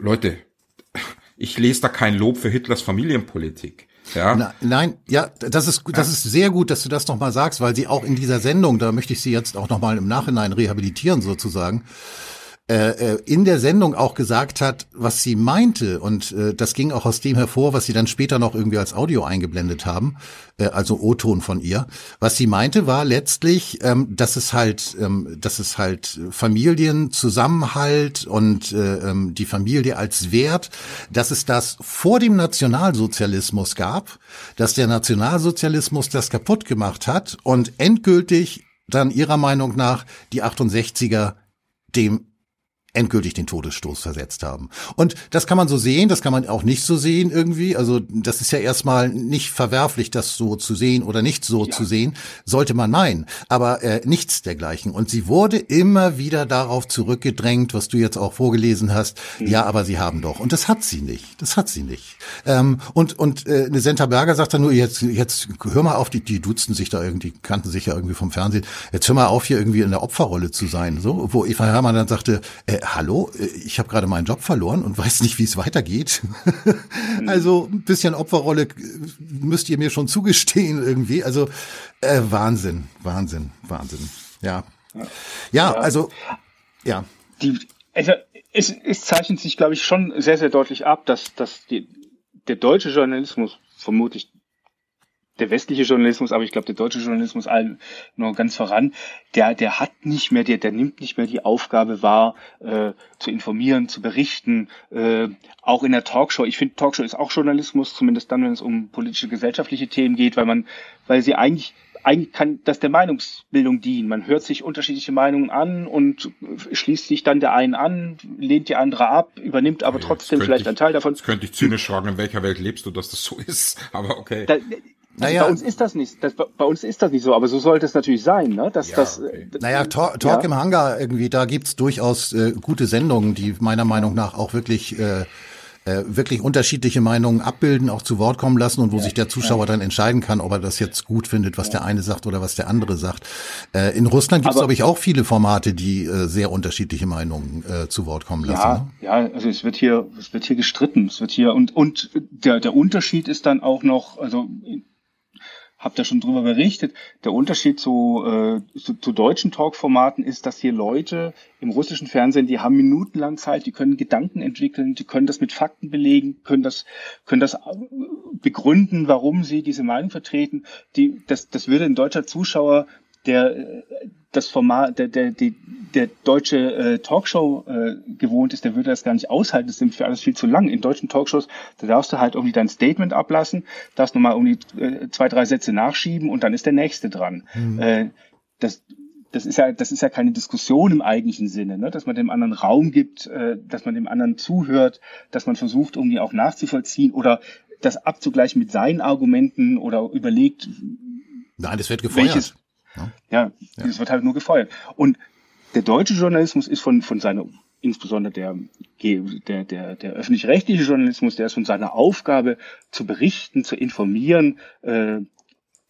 Speaker 6: Leute, ich lese da kein Lob für Hitlers Familienpolitik. Ja.
Speaker 5: Na, nein, ja, das ist gut- das ist sehr gut, dass du das nochmal sagst, weil sie auch in dieser Sendung, da möchte ich sie jetzt auch nochmal im Nachhinein rehabilitieren sozusagen, äh, äh, in der Sendung auch gesagt hat, was sie meinte und äh, das ging auch aus dem hervor, was sie dann später noch irgendwie als Audio eingeblendet haben, äh, also O-Ton von ihr. Was sie meinte war letztlich, ähm, dass es halt, ähm, dass es halt Familien, Zusammenhalt und äh, ähm, die Familie als Wert, dass es das vor dem Nationalsozialismus gab, dass der Nationalsozialismus das kaputt gemacht hat und endgültig dann ihrer Meinung nach die 68er dem endgültig den Todesstoß versetzt haben. Und das kann man so sehen, das kann man auch nicht so sehen irgendwie. Also das ist ja erstmal nicht verwerflich, das so zu sehen oder nicht so zu sehen, sollte man meinen. Aber äh, nichts dergleichen. Und sie wurde immer wieder darauf zurückgedrängt, was du jetzt auch vorgelesen hast. Ja, aber sie haben doch. Und das hat sie nicht. Das hat sie nicht. Ähm, und und äh, eine Senta Berger sagt dann nur, jetzt, jetzt hör mal auf, die, die duzten sich da irgendwie, kannten sich ja irgendwie vom Fernsehen. Jetzt hör mal auf, hier irgendwie in der Opferrolle zu sein. So, wo Eva Hermann dann sagte, äh, hallo, äh, ich habe gerade meinen Job verloren und weiß nicht, wie es weitergeht. also ein bisschen Opferrolle äh, müsst ihr mir schon zugestehen irgendwie. Also äh, Wahnsinn, Wahnsinn, Wahnsinn. Ja. Ja, also ja.
Speaker 7: die, also es, es zeichnet sich, glaube ich, schon sehr, sehr deutlich ab, dass, dass die, der deutsche Journalismus, vermutlich der westliche Journalismus, aber ich glaube, der deutsche Journalismus allen nur ganz voran, der, der hat nicht mehr, der, der nimmt nicht mehr die Aufgabe wahr, äh, zu informieren, zu berichten, äh, auch in der Talkshow. Ich finde, Talkshow ist auch Journalismus, zumindest dann, wenn es um politische, gesellschaftliche Themen geht, weil man, weil sie eigentlich, eigentlich kann das der Meinungsbildung dienen. Man hört sich unterschiedliche Meinungen an und schließt sich dann der einen an, lehnt die andere ab, übernimmt aber
Speaker 6: Ja,
Speaker 7: trotzdem
Speaker 6: jetzt könnte
Speaker 7: vielleicht
Speaker 6: ich-
Speaker 7: einen Teil davon.
Speaker 6: Jetzt könnte ich zynisch fragen, in welcher Welt lebst du, dass das so ist. Aber okay.
Speaker 7: Da, also
Speaker 5: Naja.
Speaker 7: Bei uns ist das nicht. Das, bei uns ist das nicht so, aber so sollte es natürlich sein, ne? Dass
Speaker 6: Ja,
Speaker 7: das.
Speaker 6: okay.
Speaker 7: d-
Speaker 5: Naja, Talk, Talk
Speaker 7: ja.
Speaker 5: im Hangar irgendwie, da gibt's durchaus äh, gute Sendungen, die meiner Meinung nach auch wirklich äh, äh, wirklich unterschiedliche Meinungen abbilden, auch zu Wort kommen lassen und wo sich der Zuschauer dann entscheiden kann, ob er das jetzt gut findet, was der eine sagt oder was der andere sagt. Äh, in Russland gibt's
Speaker 7: Aber-
Speaker 5: glaube ich, auch viele Formate, die äh, sehr unterschiedliche Meinungen äh, zu Wort kommen lassen.
Speaker 7: Ja,
Speaker 5: ne?
Speaker 7: ja, also es wird hier, es wird hier gestritten, es wird hier und und der der Unterschied ist dann auch noch, also habt ihr schon drüber berichtet, der Unterschied zu, äh, zu, zu deutschen Talkformaten ist, dass hier Leute im russischen Fernsehen, die haben minutenlang Zeit, die können Gedanken entwickeln, die können das mit Fakten belegen, können das können das äh, begründen, warum sie diese Meinung vertreten. Die das das würde ein deutscher Zuschauer der äh, das Format, der, der, die, der deutsche äh, Talkshow äh, gewohnt ist, der würde das gar nicht aushalten. Das sind für alles viel zu lang. In deutschen Talkshows, da darfst du halt irgendwie dein Statement ablassen, darfst nochmal irgendwie äh, zwei, drei Sätze nachschieben und dann ist der nächste dran. Äh, das, das ist ja, das ist ja keine Diskussion im eigentlichen Sinne, ne? dass man dem anderen Raum gibt, äh, dass man dem anderen zuhört, dass man versucht, irgendwie auch nachzuvollziehen oder das abzugleichen mit seinen Argumenten oder überlegt,
Speaker 5: Nein, das wird gefeuert.
Speaker 7: Welches? ja, es wird halt nur gefeuert. Und der deutsche Journalismus ist von, von seiner, insbesondere der, der, der, der öffentlich-rechtliche Journalismus, der ist von seiner Aufgabe zu berichten, zu informieren, äh,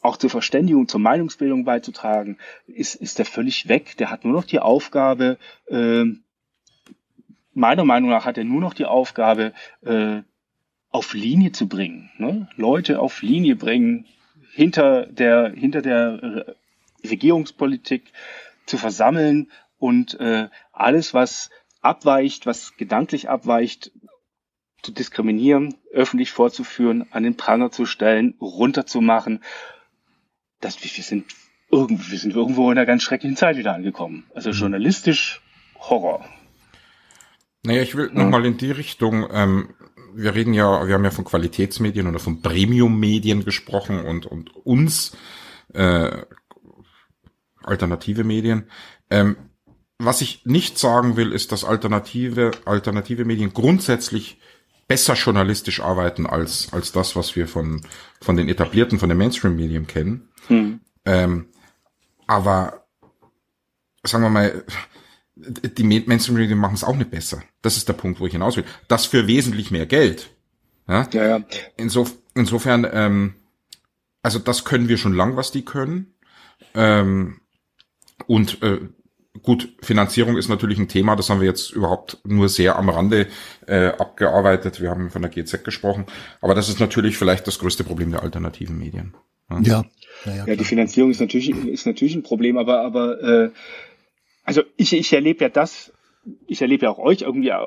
Speaker 7: auch zur Verständigung, zur Meinungsbildung beizutragen, ist, ist der völlig weg. Der hat nur noch die Aufgabe, äh, meiner Meinung nach hat er nur noch die Aufgabe, äh, auf Linie zu bringen. Ne? Leute auf Linie bringen, hinter der, hinter der Re- Regierungspolitik zu versammeln und äh, alles, was abweicht, was gedanklich abweicht, zu diskriminieren, öffentlich vorzuführen, an den Pranger zu stellen, runterzumachen. Das, wir sind irgendwo, wir sind irgendwo in einer ganz schrecklichen Zeit wieder angekommen. Also journalistisch Horror.
Speaker 6: Naja, ich will noch nochmal in die Richtung, ähm, wir reden ja, wir haben ja von Qualitätsmedien oder von Premium-Medien gesprochen und, und uns, äh, alternative Medien. Ähm, was ich nicht sagen will, ist, dass alternative, alternative Medien grundsätzlich besser journalistisch arbeiten als, als das, was wir von, von den etablierten, von den Mainstream-Medien kennen. Ähm, aber sagen wir mal, die Mainstream Medien machen es auch nicht besser. Das ist der Punkt, wo ich hinaus will. Das für wesentlich mehr Geld. Ja?
Speaker 7: Ja, ja.
Speaker 6: Insof insofern, ähm, also das können wir schon lang, was die können. Ähm, und äh, gut, Finanzierung ist natürlich ein Thema, das haben wir jetzt überhaupt nur sehr am Rande äh, abgearbeitet. Wir haben von der GZ gesprochen. Aber das ist natürlich vielleicht das größte Problem der alternativen Medien.
Speaker 5: Ja. Ja, ja,
Speaker 7: Ja, die
Speaker 5: klar.
Speaker 7: Finanzierung ist natürlich, ist natürlich ein Problem, aber, aber äh, also ich, ich erlebe ja das, ich erlebe ja auch euch irgendwie äh,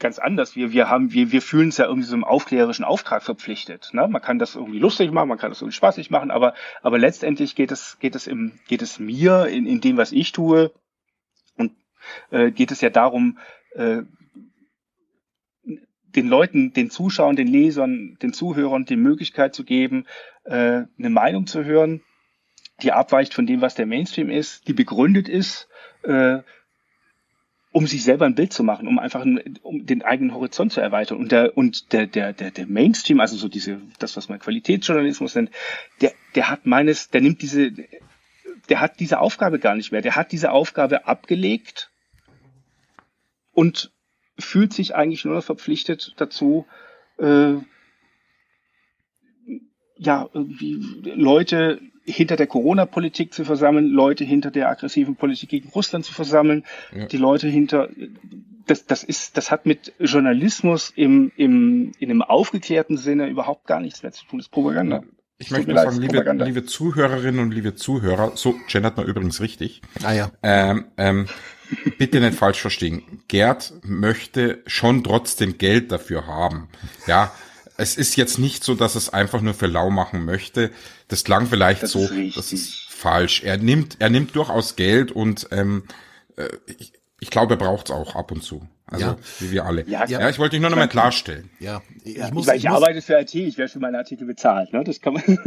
Speaker 7: ganz anders. Wir, wir haben, wir, wir fühlen uns ja irgendwie so einem aufklärerischen Auftrag verpflichtet. Ne? Man kann das irgendwie lustig machen, man kann das irgendwie spaßig machen, aber, aber letztendlich geht es, geht es im, geht es mir in, in dem, was ich tue, und äh, geht es ja darum, äh, den Leuten, den Zuschauern, den Lesern, den Zuhörern die Möglichkeit zu geben, äh, eine Meinung zu hören, die abweicht von dem, was der Mainstream ist, die begründet ist, äh, um sich selber ein Bild zu machen, um einfach ein, um den eigenen Horizont zu erweitern. Und der und der der der der Mainstream, also so diese das, was man Qualitätsjournalismus nennt, der der hat meines, der nimmt diese, der hat diese Aufgabe gar nicht mehr. Der hat diese Aufgabe abgelegt und fühlt sich eigentlich nur noch verpflichtet dazu, äh, ja, irgendwie Leute hinter der Corona-Politik zu versammeln, Leute hinter der aggressiven Politik gegen Russland zu versammeln,
Speaker 6: Ja.
Speaker 7: die Leute hinter, das, das ist, das hat mit Journalismus im, im, in einem aufgeklärten Sinne überhaupt gar nichts mehr zu tun. Das ist Propaganda.
Speaker 6: Ich
Speaker 7: Tut
Speaker 6: möchte
Speaker 7: mir
Speaker 6: nur
Speaker 7: leid,
Speaker 6: sagen, liebe,
Speaker 7: Propaganda.
Speaker 6: liebe Zuhörerinnen und liebe Zuhörer, so gendert man übrigens richtig.
Speaker 5: Ah ja.
Speaker 6: Ähm, ähm, bitte nicht falsch verstehen. Gerd möchte schon trotzdem Geld dafür haben. Ja, es ist jetzt nicht so, dass es einfach nur für lau machen möchte. Das klang vielleicht
Speaker 7: Das
Speaker 6: so.
Speaker 7: ist richtig.
Speaker 6: das ist falsch. Er nimmt, er nimmt durchaus Geld und ähm, äh, ich, ich glaube, er braucht es auch ab und zu. Also
Speaker 5: Ja.
Speaker 6: wie wir alle.
Speaker 7: Ja,
Speaker 6: Ja,
Speaker 7: ja.
Speaker 6: ich wollte dich nur nochmal klarstellen.
Speaker 5: Ja, ich
Speaker 7: Ja,
Speaker 5: muss,
Speaker 7: ich, weil
Speaker 5: ich
Speaker 7: ich
Speaker 5: muss
Speaker 7: arbeite für IT, ich werde für meine Artikel bezahlt, ne? Das kann man.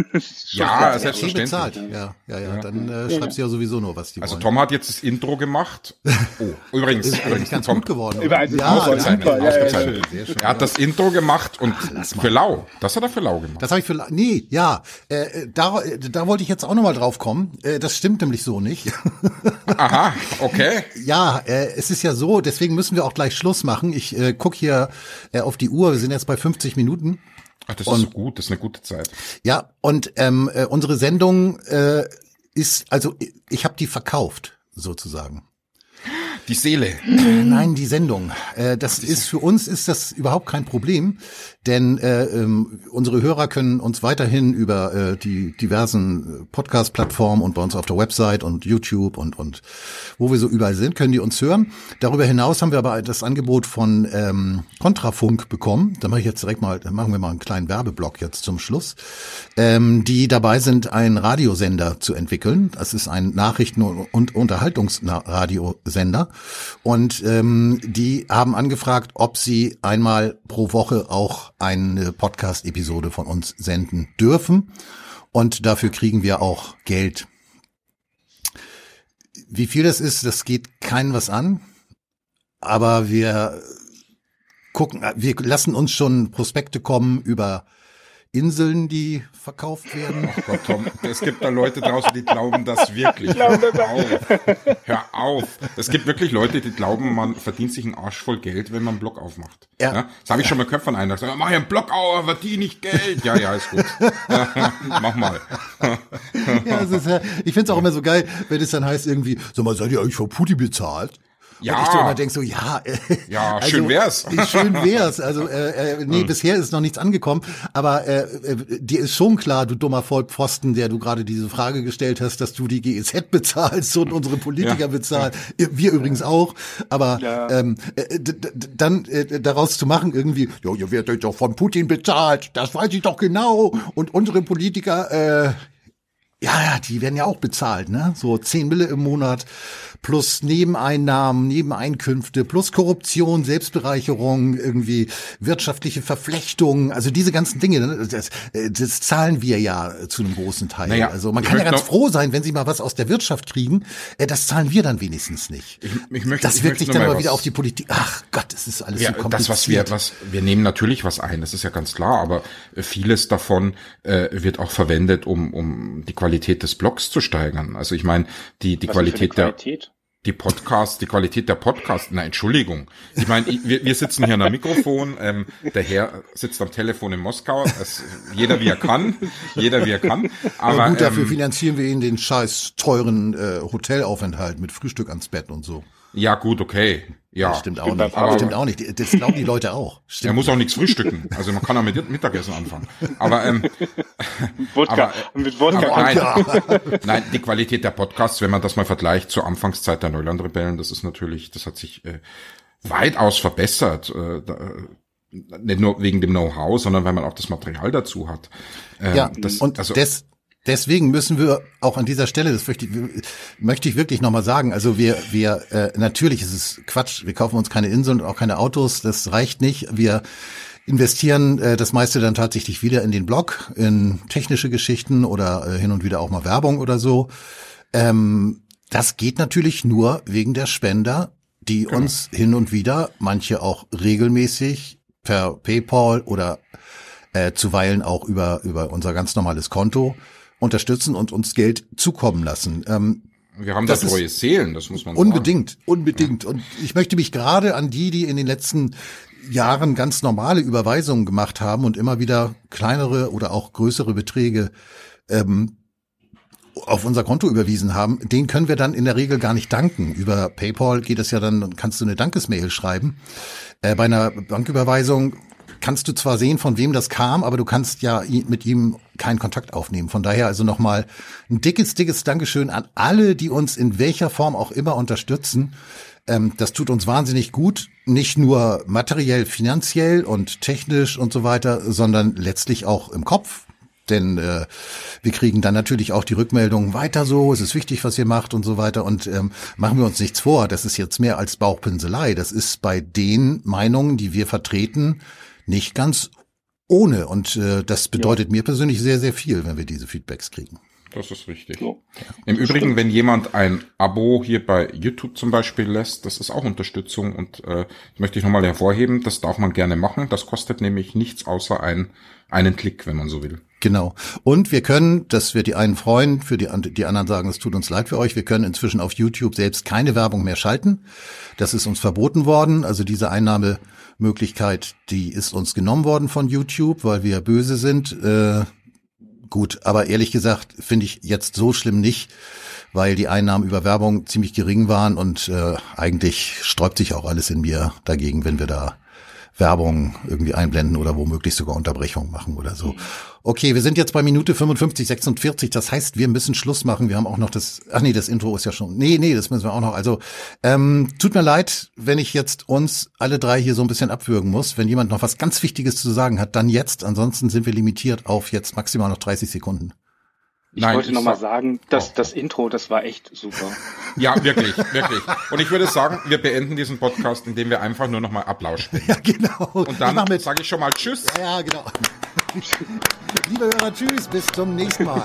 Speaker 6: Ja,
Speaker 5: ja, eh
Speaker 6: selbstverständlich.
Speaker 5: bezahlt. Ja, ja, ja. Dann äh, schreibst du ja sowieso nur, was die
Speaker 6: Also
Speaker 5: wollen.
Speaker 6: Tom hat jetzt das Intro gemacht. Oh, übrigens,
Speaker 5: ist
Speaker 6: übrigens
Speaker 5: eigentlich ganz
Speaker 6: Tom,
Speaker 5: gut geworden.
Speaker 7: Überall sind
Speaker 5: ja,
Speaker 7: Auswahl,
Speaker 5: danke.
Speaker 7: super, ja, ja, ja.
Speaker 5: Schön, sehr schön.
Speaker 6: Er hat das Intro gemacht und für lau. Das hat er für lau gemacht.
Speaker 5: Das habe ich für nee, ja, äh, da, da wollte ich jetzt auch nochmal drauf kommen. Äh, das stimmt nämlich so nicht.
Speaker 6: Aha, okay.
Speaker 5: ja, äh, es ist ja so, deswegen müssen wir auch gleich Schluss machen. Ich äh, guck hier äh, auf die Uhr. Wir sind jetzt bei 50 Minuten.
Speaker 6: Ach, das
Speaker 5: Und-
Speaker 6: ist gut, das ist eine gute Zeit.
Speaker 5: Ja, und ähm, äh, unsere Sendung äh, ist, also ich, ich habe die verkauft sozusagen.
Speaker 6: Die Seele.
Speaker 5: Nein, die Sendung. Äh, das ist für uns ist das überhaupt kein Problem, denn äh, ähm, unsere Hörer können uns weiterhin über äh, die diversen äh, Podcast-Plattformen und bei uns auf der Website und YouTube und und wo wir so überall sind, können die uns hören. Darüber hinaus haben wir aber das Angebot von ähm, Kontrafunk bekommen. Da mache ich jetzt direkt mal, da machen wir mal einen kleinen Werbeblock jetzt zum Schluss ähm, die dabei sind, einen Radiosender zu entwickeln. Das ist ein Nachrichten- und Unterhaltungsradiosender. Und ähm, die haben angefragt, ob sie einmal pro Woche auch eine Podcast-Episode von uns senden dürfen. Und dafür kriegen wir auch Geld. Wie viel das ist, das geht keinem was an. Aber wir gucken, wir lassen uns schon Prospekte kommen über Inseln, die verkauft werden.
Speaker 6: Ach Gott, Tom, es gibt da Leute draußen, die glauben das wirklich. Hör auf. Hör auf. Es gibt wirklich Leute, die glauben, man verdient sich einen Arsch voll Geld, wenn man einen Blog aufmacht.
Speaker 5: Ja.
Speaker 6: Das habe ich schon mal gehört von einer. Sag, mach ja einen Blog auf, verdiene ich Geld. Ja, ja, ist gut. mach mal.
Speaker 5: Ja, das ist, ja- ich finde es auch immer so geil, wenn es dann heißt irgendwie, sag mal, seid ihr eigentlich von Putin bezahlt? Und
Speaker 6: Ja.
Speaker 5: ich so immer denk so, ja. äh,
Speaker 6: Ja, schön wär's.
Speaker 5: Schön wär's. Also, äh, äh, nee, bisher ist noch nichts angekommen. Aber äh, äh, dir ist schon klar, du dummer Vollpfosten, der du gerade diese Frage gestellt hast, dass du die GEZ bezahlst und unsere Politiker
Speaker 6: Ja.
Speaker 5: bezahlen. Wir übrigens auch. Aber
Speaker 7: Ja.
Speaker 5: ähm, äh, d- d- d- dann äh, daraus zu machen irgendwie, ja, ihr werdet doch von Putin bezahlt. Das weiß ich doch genau. Und unsere Politiker, äh, ja, ja, die werden ja auch bezahlt, ne? So 10 Mille im Monat plus Nebeneinnahmen, Nebeneinkünfte, plus Korruption, Selbstbereicherung, irgendwie wirtschaftliche Verflechtungen, also diese ganzen Dinge, ne? das, äh, das zahlen wir ja äh, zu einem großen Teil.
Speaker 6: Naja,
Speaker 5: also man
Speaker 6: ich
Speaker 5: kann ja
Speaker 6: möchte
Speaker 5: ganz
Speaker 6: noch-
Speaker 5: froh sein, wenn sie mal was aus der Wirtschaft kriegen, äh, das zahlen wir dann wenigstens nicht.
Speaker 6: Ich- ich möchte-
Speaker 5: das
Speaker 6: ich
Speaker 5: wirkt
Speaker 6: möchte
Speaker 5: sich
Speaker 6: noch
Speaker 5: dann
Speaker 6: mal
Speaker 5: mal
Speaker 6: was-
Speaker 5: wieder auf die Politik. Ach Gott, es ist alles
Speaker 6: Ja,
Speaker 5: so kompliziert.
Speaker 6: das, was wir, was, wir nehmen natürlich äh, was ein, das ist ja ganz klar, aber vieles davon äh, wird auch verwendet, um, um die Qualität des Blogs zu steigern. Also ich meine, die, die
Speaker 7: Was ist denn Also für eine
Speaker 6: Qualität der
Speaker 7: Qualität?
Speaker 6: die Podcast, die Qualität der Podcast. Na, Entschuldigung. Ich meine, ich- wir, wir sitzen hier an einem Mikrofon, ähm, der Herr sitzt am Telefon in Moskau, es, jeder wie er kann, jeder wie er kann. Aber
Speaker 5: Aber gut, dafür
Speaker 6: ähm,
Speaker 5: finanzieren wir ihnen den scheiß teuren äh, Hotelaufenthalt mit Frühstück ans Bett und so.
Speaker 6: ja gut, okay, ja.
Speaker 5: Das stimmt auch
Speaker 7: da-
Speaker 5: nicht.
Speaker 7: aber-
Speaker 5: Das stimmt auch nicht. Das glauben die Leute auch.
Speaker 6: Er
Speaker 5: Stimmt.
Speaker 6: muss auch nichts frühstücken. Also man kann auch mit Mittagessen anfangen. Aber ähm,
Speaker 7: Wodka.
Speaker 6: Aber, äh,
Speaker 7: Mit Wodka
Speaker 6: aber
Speaker 7: kann
Speaker 6: nein,
Speaker 5: Ja.
Speaker 6: nein, die Qualität der Podcasts, wenn man das mal vergleicht zur Anfangszeit der Neulandrebellen, das ist natürlich, das hat sich äh, weitaus verbessert. Äh, da, äh, nicht nur wegen dem Know-how, sondern weil man auch das Material dazu hat. Ähm,
Speaker 5: Ja,
Speaker 6: das,
Speaker 5: und
Speaker 6: also,
Speaker 5: des, deswegen müssen wir auch an dieser Stelle, das möchte ich, möchte ich wirklich nochmal sagen, also wir, wir äh, natürlich ist es Quatsch, wir kaufen uns keine Inseln und auch keine Autos, das reicht nicht. Wir investieren äh, das meiste dann tatsächlich wieder in den Blog, in technische Geschichten oder äh, hin und wieder auch mal Werbung oder so. Ähm, das geht natürlich nur wegen der Spender, die
Speaker 6: Genau.
Speaker 5: uns hin und wieder, manche auch regelmäßig per PayPal oder äh, zuweilen auch über, über unser ganz normales Konto unterstützen und uns Geld zukommen lassen. Ähm,
Speaker 6: wir haben da
Speaker 5: das ist
Speaker 6: treue Seelen, das muss man
Speaker 5: unbedingt, unbedingt. Und ich möchte mich gerade an die, die in den letzten Jahren ganz normale Überweisungen gemacht haben und immer wieder kleinere oder auch größere Beträge ähm, auf unser Konto überwiesen haben, den können wir dann in der Regel gar nicht danken. Über PayPal geht es ja dann, dann kannst du eine Dankesmail schreiben. Äh, bei einer Banküberweisung kannst du zwar sehen, von wem das kam, aber du kannst ja i- mit ihm keinen Kontakt aufnehmen. Von daher also nochmal ein dickes, dickes Dankeschön an alle, die uns in welcher Form auch immer unterstützen. Ähm, das tut uns wahnsinnig gut, nicht nur materiell, finanziell und technisch und so weiter, sondern letztlich auch im Kopf. Denn äh, wir kriegen dann natürlich auch die Rückmeldungen weiter so, es ist wichtig, was ihr macht und so weiter. Und ähm, machen wir uns nichts vor, das ist jetzt mehr als Bauchpinselei. Das ist bei den Meinungen, die wir vertreten, nicht ganz ohne. Und äh, das bedeutet mir persönlich sehr, sehr viel, wenn wir diese Feedbacks kriegen.
Speaker 6: Das ist richtig.
Speaker 7: Ja.
Speaker 6: Im Übrigen, wenn jemand ein Abo hier bei YouTube zum Beispiel lässt, das ist auch Unterstützung und äh, das möchte ich nochmal hervorheben, das darf man gerne machen. Das kostet nämlich nichts außer ein, einen Klick, wenn man so will.
Speaker 5: Genau. Und wir können, dass wir die einen freuen, für die, an- die anderen sagen, es tut uns leid für euch. Wir können inzwischen auf YouTube selbst keine Werbung mehr schalten. Das ist uns verboten worden. Also diese Einnahmemöglichkeit, die ist uns genommen worden von YouTube, weil wir böse sind. Äh, gut, aber ehrlich gesagt finde ich jetzt so schlimm nicht, weil die Einnahmen über Werbung ziemlich gering waren und äh, eigentlich sträubt sich auch alles in mir dagegen, wenn wir da Werbung irgendwie einblenden oder womöglich sogar Unterbrechung machen oder so. Okay, wir sind jetzt bei Minute 55, 46. Das heißt, wir müssen Schluss machen. Wir haben auch noch das, ach nee, das Intro ist ja schon, nee, nee, das müssen wir auch noch. Also, ähm, tut mir leid, wenn ich jetzt uns alle drei hier so ein bisschen abwürgen muss. Wenn jemand noch was ganz Wichtiges zu sagen hat, dann jetzt. Ansonsten sind wir limitiert auf jetzt maximal noch 30 Sekunden.
Speaker 7: ich
Speaker 6: Nein, Oh.
Speaker 7: wollte
Speaker 6: ich
Speaker 7: nochmal
Speaker 6: sag-
Speaker 7: sagen, dass das Intro, das war echt super.
Speaker 6: Ja, wirklich, wirklich. Und ich würde sagen, wir beenden diesen Podcast, indem wir einfach nur nochmal Applaus spielen.
Speaker 5: Ja, genau.
Speaker 6: Und dann sage ich schon mal Tschüss.
Speaker 5: Ja, genau. Liebe Hörer, tschüss, bis zum nächsten Mal.